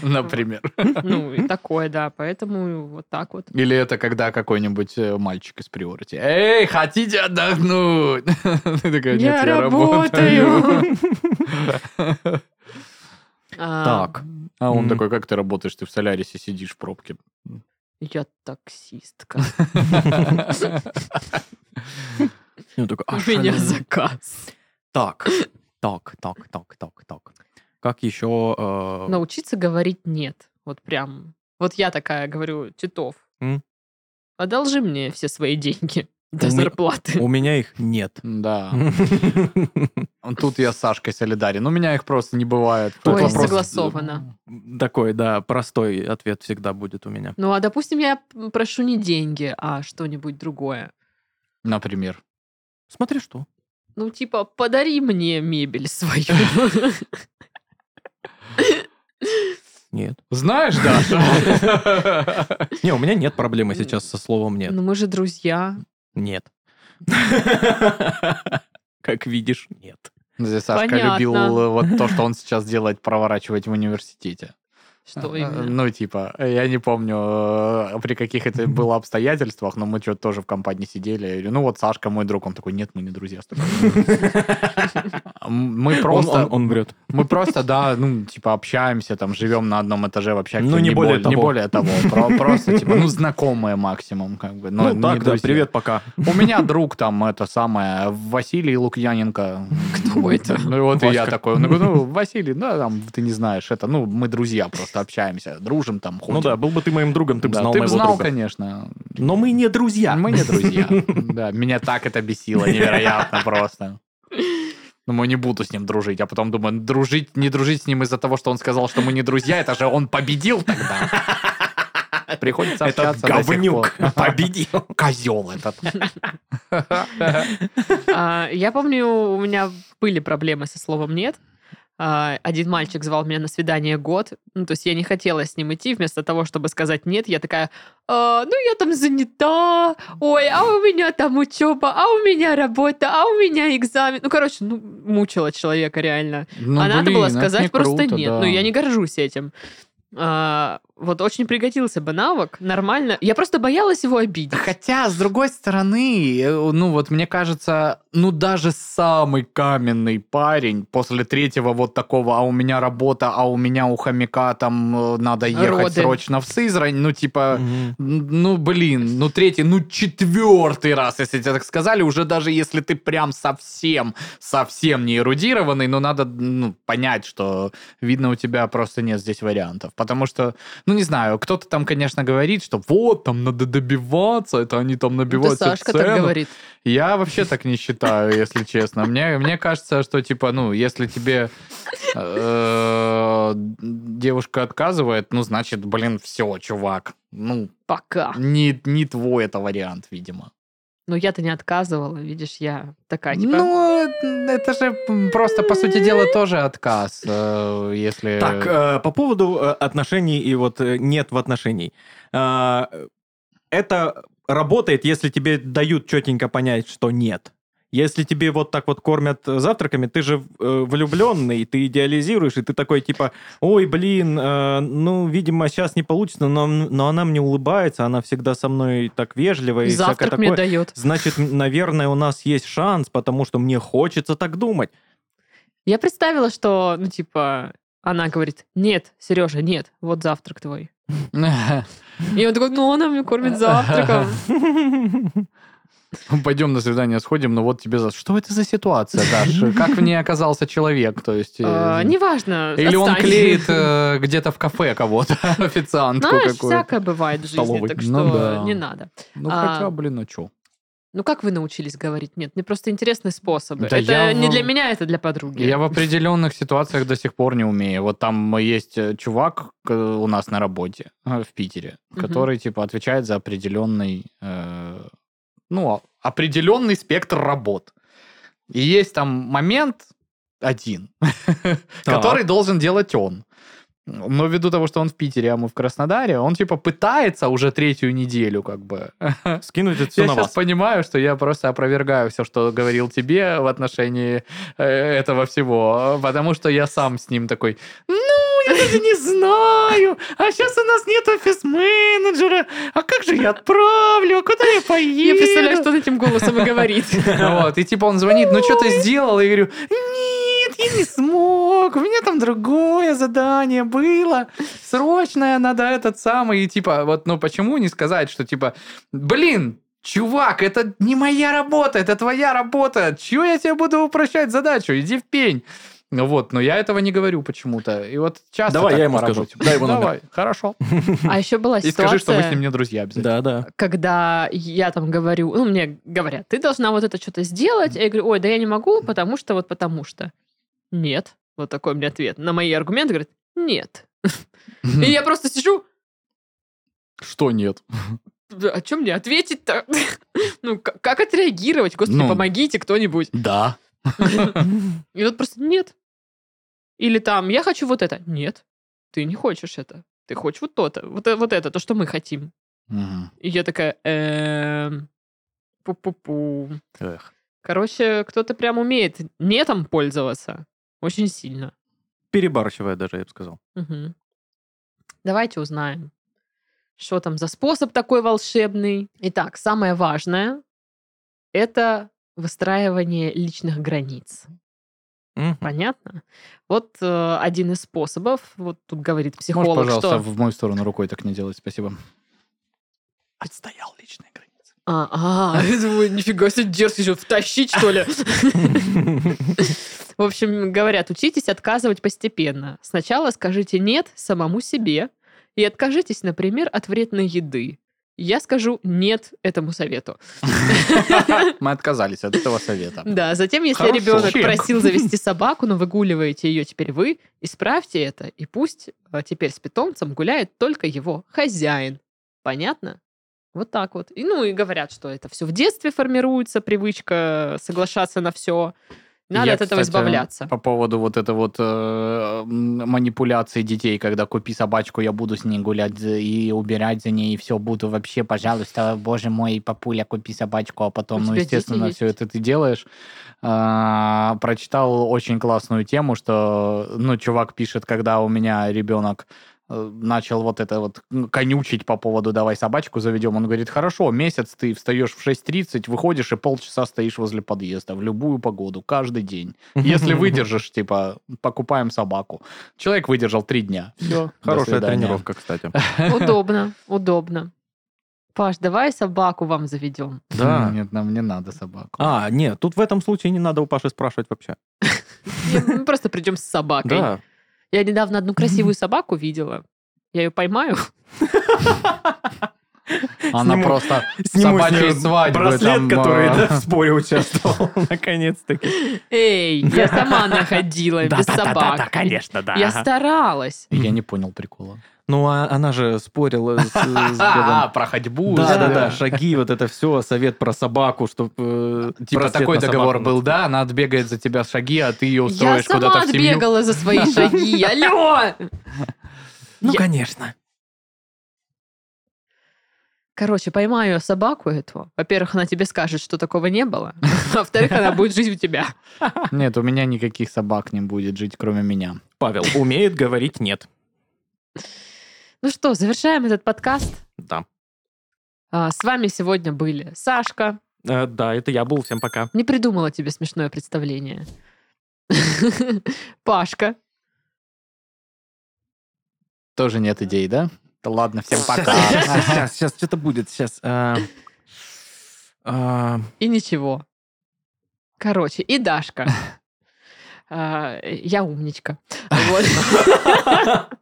Speaker 3: Например.
Speaker 1: Ну, и такое, да, поэтому вот так вот.
Speaker 3: Или это когда какой-нибудь э, мальчик из приорити. Эй, хотите отдохнуть? (laughs) Ты такая, «Нет,
Speaker 1: Я работаю. (laughs) А,
Speaker 3: Так. А он
Speaker 2: М.
Speaker 3: такой, как ты работаешь? Ты в Солярисе сидишь в пробке.
Speaker 1: Я таксистка.
Speaker 2: И он такой,
Speaker 1: У
Speaker 2: «А,
Speaker 1: меня
Speaker 2: шален».
Speaker 1: заказ.
Speaker 2: Так, так, так, так, так, так. Как еще... э,
Speaker 1: Научиться говорить нет. Вот прям. Вот я такая говорю, Титов,
Speaker 2: М?
Speaker 1: одолжи мне все свои деньги (laughs) до
Speaker 2: У ми-
Speaker 3: Ну.
Speaker 1: зарплаты.
Speaker 2: У меня их нет.
Speaker 3: (laughs) Да.
Speaker 2: А.
Speaker 3: Тут я с Сашкой солидарен. У меня их просто не бывает.
Speaker 2: Тут
Speaker 1: Ой,
Speaker 2: вопрос- э,
Speaker 1: согласовано.
Speaker 2: (laughs) Такой, да, простой ответ всегда будет у меня.
Speaker 1: Ну, а допустим, я прошу не деньги, а что-нибудь другое.
Speaker 3: Например.
Speaker 2: Смотри, что.
Speaker 1: Ну, типа, подари мне мебель свою.
Speaker 2: Нет.
Speaker 3: Знаешь, да.
Speaker 2: Не, у меня нет проблемы сейчас со словом (laughs) нет.
Speaker 1: (laughs)
Speaker 2: А,
Speaker 1: Ну, мы же друзья.
Speaker 3: (laughs)
Speaker 2: Нет. Как видишь, нет.
Speaker 3: (laughs) Здесь Сашка
Speaker 1: Понятно.
Speaker 3: любил э, вот то, что он сейчас делает, проворачивать в университете.
Speaker 2: а,
Speaker 1: Что
Speaker 3: Э,
Speaker 1: именно?
Speaker 3: Ну, типа, я не помню, э, при каких это было обстоятельствах, но мы что-то тоже в компании сидели. Я говорю, ну вот Сашка мой друг. Он такой, нет, мы не друзья с тобой». М, Мы
Speaker 2: Он-
Speaker 3: просто,
Speaker 2: Он он врет.
Speaker 3: мы просто, да, ну, типа, общаемся, там, живем на одном этаже в общаге.
Speaker 2: Ну, не более
Speaker 3: Не
Speaker 2: того.
Speaker 3: более того. Про- Просто, типа, ну, знакомые максимум, как бы. но
Speaker 2: Ну
Speaker 3: не
Speaker 2: так, да,
Speaker 3: друзья.
Speaker 2: привет, пока.
Speaker 3: У меня друг там, это самое, Василий Лукьяненко.
Speaker 1: Кто это?
Speaker 3: Ну, и вот и я
Speaker 2: Васька.
Speaker 3: такой, он такой, ну, Василий, да, там, ты не знаешь, это, ну, мы друзья просто общаемся, дружим там, ходим.
Speaker 2: Ну да, был бы ты моим другом, ты бы
Speaker 3: Да,
Speaker 2: знал
Speaker 3: ты б
Speaker 2: моего
Speaker 3: знал,
Speaker 2: друга.
Speaker 3: конечно.
Speaker 2: Но мы не друзья.
Speaker 3: Мы не
Speaker 2: (laughs)
Speaker 3: друзья. (laughs) Да, меня так это бесило (laughs) невероятно просто. Думаю, не буду с ним дружить. А потом думаю, ну, дружить, не дружить с ним из-за того, что он сказал, что мы не друзья, это же он победил (laughs) тогда. Приходится
Speaker 2: Этот
Speaker 3: общаться до сих
Speaker 2: говнюк
Speaker 3: пор.
Speaker 2: победил.
Speaker 3: Козел этот.
Speaker 1: А, Я помню, у меня были проблемы со словом «нет». А, Один мальчик звал меня на свидание год. Ну, то есть я не хотела с ним идти. Вместо того, чтобы сказать «нет», я такая, «А, ну, я там занята, ой, а у меня там учеба, а у меня работа, а у меня экзамен. Ну, короче, ну, мучила человека реально.
Speaker 3: (laughs) Ну,
Speaker 1: а надо
Speaker 3: блин,
Speaker 1: было
Speaker 3: это не
Speaker 1: сказать просто
Speaker 3: круто,
Speaker 1: нет.
Speaker 3: да.
Speaker 1: Ну, я не горжусь этим. А, вот очень пригодился бы навык, нормально. Я просто боялась его
Speaker 3: (laughs)
Speaker 1: обидеть.
Speaker 3: Хотя, с другой стороны, э, ну вот мне кажется, ну даже самый каменный парень после третьего вот такого, а у меня работа, а у меня у хомяка там э, надо ехать
Speaker 1: Роды.
Speaker 3: срочно в Сызрань, ну типа... н- Ну, блин, ну третий, ну четвертый раз, если тебе так сказали, уже даже если ты прям совсем, совсем не эрудированный, ну надо ну, понять, что видно у тебя просто нет здесь вариантов. Потому что, ну не знаю, кто-то там, конечно, говорит, что вот, там надо добиваться, это они там
Speaker 1: Это
Speaker 3: набиваются
Speaker 1: Сашка так
Speaker 3: цену.
Speaker 1: говорит.
Speaker 3: Я вообще так не считаю, если честно. Мне, мне кажется, что типа, ну, если тебе э, девушка отказывает, ну, значит, блин, все, чувак. Ну,
Speaker 1: Пока.
Speaker 3: не, не твой это вариант, видимо.
Speaker 1: Но «Ну, я-то не отказывала, видишь, я такая, типа...
Speaker 3: Ну, это же просто, по сути дела, тоже отказ. э, Если...
Speaker 2: Так, э, по поводу э, отношений и вот э, нет в отношений. Э, Это работает, если тебе дают четенько понять, что нет. Если тебе вот так вот кормят э, завтраками, ты же э, влюбленный, ты идеализируешь, и ты такой типа, ой, блин, э, ну, видимо, сейчас не получится, но, но она мне улыбается, она всегда со мной так вежливо и всякое
Speaker 1: Завтрак мне
Speaker 2: такое.
Speaker 1: дает.
Speaker 2: Значит, м, наверное, у нас есть шанс, потому что мне хочется так
Speaker 1: (laughs)
Speaker 2: думать.
Speaker 1: Я представила, что, ну, типа, она говорит, нет, Сережа, нет, вот завтрак твой.
Speaker 3: э, (laughs)
Speaker 1: И он такой, ну, она мне кормит завтраком.
Speaker 3: Пойдем на свидание сходим, но вот тебе за... Что это за ситуация, (laughs) Даша? Как в ней оказался человек? То есть... э,
Speaker 1: А, Неважно.
Speaker 3: Или он
Speaker 1: отстань.
Speaker 3: клеит
Speaker 1: (laughs)
Speaker 3: э, где-то в кафе кого-то, (laughs) официантку
Speaker 1: Знаешь,
Speaker 3: какую-то.
Speaker 1: всякое бывает в жизни,
Speaker 3: Столовой.
Speaker 1: так
Speaker 3: Ну
Speaker 1: что
Speaker 3: да.
Speaker 1: не надо.
Speaker 3: Ну,
Speaker 1: А.
Speaker 3: хотя, блин, а что?
Speaker 1: Ну как вы научились говорить нет? Мне просто интересны способы.
Speaker 3: Да
Speaker 1: это
Speaker 3: я
Speaker 1: не
Speaker 3: вам-
Speaker 1: для меня, это для подруги.
Speaker 3: Я в определенных ситуациях до сих пор не умею. Вот там есть э, чувак э, у нас на работе (laughs) э, в Питере,
Speaker 1: Мгм.
Speaker 3: который типа отвечает за определенный, э, ну, а- определенный спектр работ. И есть там момент один, (laughs) который должен делать он. Но ввиду того, что он в Питере, а мы в Краснодаре, он типа пытается уже третью неделю как бы
Speaker 2: Скинуть это все
Speaker 3: я
Speaker 2: на
Speaker 3: сейчас
Speaker 2: вас.
Speaker 3: понимаю, что я просто опровергаю все, что говорил тебе в отношении э, этого всего, потому что я сам с ним такой, ну, я даже не знаю, а сейчас у нас нет офис-менеджера, а как же я отправлю, А куда я поеду?
Speaker 1: Я представляю,
Speaker 3: (laughs)
Speaker 1: что он этим голосом и говорит.
Speaker 3: Вот, и типа он звонит, ну что ты сделал? И говорю, нет, я не смог, у меня там другое задание было, срочное надо этот самый, и типа, вот, ну почему не сказать, что типа, блин, Чувак, это не моя работа, это твоя работа. Чего я тебе буду упрощать задачу? Иди в пень. Ну вот, но я этого не говорю почему-то. И вот часто
Speaker 2: Давай,
Speaker 3: так
Speaker 2: я ему
Speaker 3: по
Speaker 2: скажу.
Speaker 3: работе.
Speaker 2: Дай его номер.
Speaker 3: Давай, хорошо.
Speaker 1: А еще была
Speaker 3: И скажи, что мы с ним
Speaker 1: ситуация,
Speaker 3: не друзья
Speaker 2: Да,
Speaker 3: обязательно.
Speaker 2: да.
Speaker 1: когда я там говорю, ну, мне говорят, ты должна вот это что-то сделать. А я говорю, ой, да я не могу, потому что вот потому что. Нет. Вот такой мне ответ. На мои аргументы говорит, нет.
Speaker 3: (laughs)
Speaker 1: И я просто сижу,
Speaker 3: Что нет?
Speaker 1: «Да, а что мне ответить-то? (laughs) Ну, к- как отреагировать? Господи,
Speaker 3: Ну.
Speaker 1: помогите кто-нибудь.
Speaker 3: Да.
Speaker 1: (laughs) И вот просто нет. Или там, я хочу вот это. Нет, ты не хочешь это. Ты хочешь вот то-то. Вот, э- вот это, то, что мы хотим.
Speaker 3: Мгм.
Speaker 1: И я такая, эм, пу-пу-пу.
Speaker 3: Эх.
Speaker 1: Короче, кто-то прям умеет нетом пользоваться. Очень сильно.
Speaker 2: Перебарщивая даже, я бы сказал.
Speaker 1: Мгм. Давайте узнаем, что там за способ такой волшебный. Итак, самое важное – это выстраивание личных границ.
Speaker 2: Мгм.
Speaker 1: Понятно? Вот э, один из способов, вот тут говорит
Speaker 3: Можешь,
Speaker 1: психолог,
Speaker 3: пожалуйста,
Speaker 1: что...
Speaker 3: в мою сторону рукой так не делать, спасибо. Отстоял (laughs) личные границы.
Speaker 1: А, (laughs) а, я думаю, нифига себе дерзкий, что, втащить, что ли? В общем, говорят, учитесь отказывать постепенно. Сначала скажите «нет» самому себе и откажитесь, например, от вредной еды. Я скажу «нет» этому совету.
Speaker 3: Мы отказались от этого совета.
Speaker 1: Да, затем, если
Speaker 3: Хорошо.
Speaker 1: ребенок
Speaker 3: Чек. (laughs)
Speaker 1: просил завести собаку, но выгуливаете ее теперь вы, исправьте это, и пусть а, теперь с питомцем гуляет только его хозяин. Понятно? Вот так вот. И, ну, и говорят, что это все в детстве формируется, привычка э, соглашаться на все. Надо
Speaker 3: Я,
Speaker 1: от этого
Speaker 3: кстати,
Speaker 1: избавляться.
Speaker 3: По поводу вот этой вот э, м, манипуляции детей, когда купи собачку, я буду с ней гулять за- и убирать за ней, и все, буду вообще, пожалуйста, боже мой, папуля, купи собачку, а потом,
Speaker 1: У
Speaker 3: ну,
Speaker 1: тебя дети
Speaker 3: естественно,
Speaker 1: есть?
Speaker 3: все это ты делаешь. А, прочитал очень классную тему, что, ну, чувак пишет, когда у меня ребенок э, начал вот это вот м, конючить по поводу «давай собачку заведем», он говорит, хорошо, месяц ты встаешь в 6.30, выходишь и полчаса стоишь возле подъезда в любую погоду, каждый день. Если выдержишь, типа, покупаем собаку. Человек выдержал три дня. Все,
Speaker 2: Хорошая тренировка, (laughs) кстати.
Speaker 1: Удобно, удобно. Паш, давай собаку вам заведем.
Speaker 2: Да.
Speaker 3: Нет, нам не надо собаку.
Speaker 2: А, нет, тут в этом случае не надо у Паши спрашивать вообще.
Speaker 3: (laughs)
Speaker 1: Мы просто придем с собакой.
Speaker 2: Да.
Speaker 1: Я недавно одну красивую собаку видела. Я ее
Speaker 3: (laughs)
Speaker 1: поймаю.
Speaker 3: Она
Speaker 2: Сниму-
Speaker 3: (laughs) просто
Speaker 2: Сниму с
Speaker 3: собачьей
Speaker 2: нее
Speaker 3: свадьбы.
Speaker 2: Браслет,
Speaker 3: там,
Speaker 2: который
Speaker 3: а,
Speaker 2: да, в споре
Speaker 3: (laughs)
Speaker 2: участвовал, наконец-таки.
Speaker 1: Эй, я сама находила без собак.
Speaker 2: конечно, да.
Speaker 1: Я старалась.
Speaker 3: Я не понял прикола.
Speaker 2: Ну, а она же спорила
Speaker 3: (laughs)
Speaker 2: с, с дедом.
Speaker 3: А, про ходьбу.
Speaker 2: Да, да,
Speaker 1: да.
Speaker 2: да, шаги, вот это все, совет про собаку, э, чтобы...
Speaker 3: Типа такой договор был, да, она отбегает за тебя шаги, а ты ее
Speaker 1: Я
Speaker 3: устроишь
Speaker 1: сама
Speaker 3: куда-то в семью.
Speaker 1: отбегала за свои
Speaker 3: (laughs)
Speaker 1: шаги. Алло!
Speaker 2: Ну,
Speaker 1: Я-
Speaker 2: конечно.
Speaker 1: Короче, поймаю собаку эту. Во-первых, она тебе скажет, что такого не было. (laughs) Во-вторых, она будет жить у тебя.
Speaker 3: Нет, у меня никаких собак не будет жить, кроме меня.
Speaker 2: Павел умеет говорить «нет».
Speaker 1: Ну что, завершаем этот подкаст.
Speaker 2: Да.
Speaker 1: А, С вами сегодня были Сашка.
Speaker 2: Э, Да, это я был, всем пока.
Speaker 1: Не придумала тебе смешное представление. (laughs) Пашка.
Speaker 3: Тоже нет идей,
Speaker 2: (laughs)
Speaker 3: да? Да ладно, всем пока.
Speaker 2: эм, Сейчас, сейчас, что-то будет, сейчас. А,
Speaker 1: И ничего. Короче, и
Speaker 2: (laughs)
Speaker 1: Дашка. А, Я умничка. Вот.
Speaker 3: (laughs)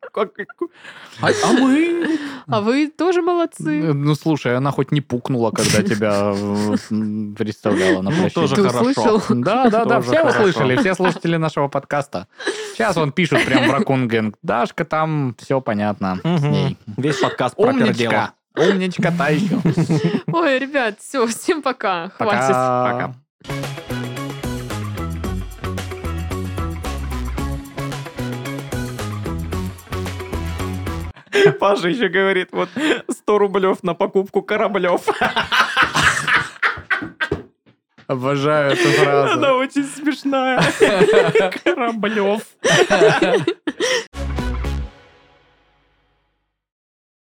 Speaker 3: А, а мы?
Speaker 1: А вы тоже молодцы.
Speaker 3: Ну, слушай, она хоть не пукнула, когда тебя э, м, представляла на
Speaker 2: Ну,
Speaker 3: площади.
Speaker 2: тоже
Speaker 1: Ты
Speaker 2: хорошо.
Speaker 1: услышал?
Speaker 3: (laughs)
Speaker 2: (laughs)
Speaker 3: Да, да, да,
Speaker 2: Тоже
Speaker 3: все
Speaker 2: хорошо.
Speaker 3: услышали, все слушатели нашего подкаста. Сейчас он пишет прям в Ракунгенг. Дашка, там все понятно с
Speaker 2: Мгм.
Speaker 3: ней.
Speaker 2: Весь подкаст про пердело.
Speaker 3: Умничка. Умничка та еще.
Speaker 1: Ой, ребят, все, всем пока. Хватит.
Speaker 3: Пока.
Speaker 2: (laughs) Паша еще говорит, вот 100 рублев на покупку кораблев.
Speaker 3: Обожаю эту
Speaker 2: (laughs)
Speaker 3: фразу.
Speaker 2: очень смешная. Кораблев.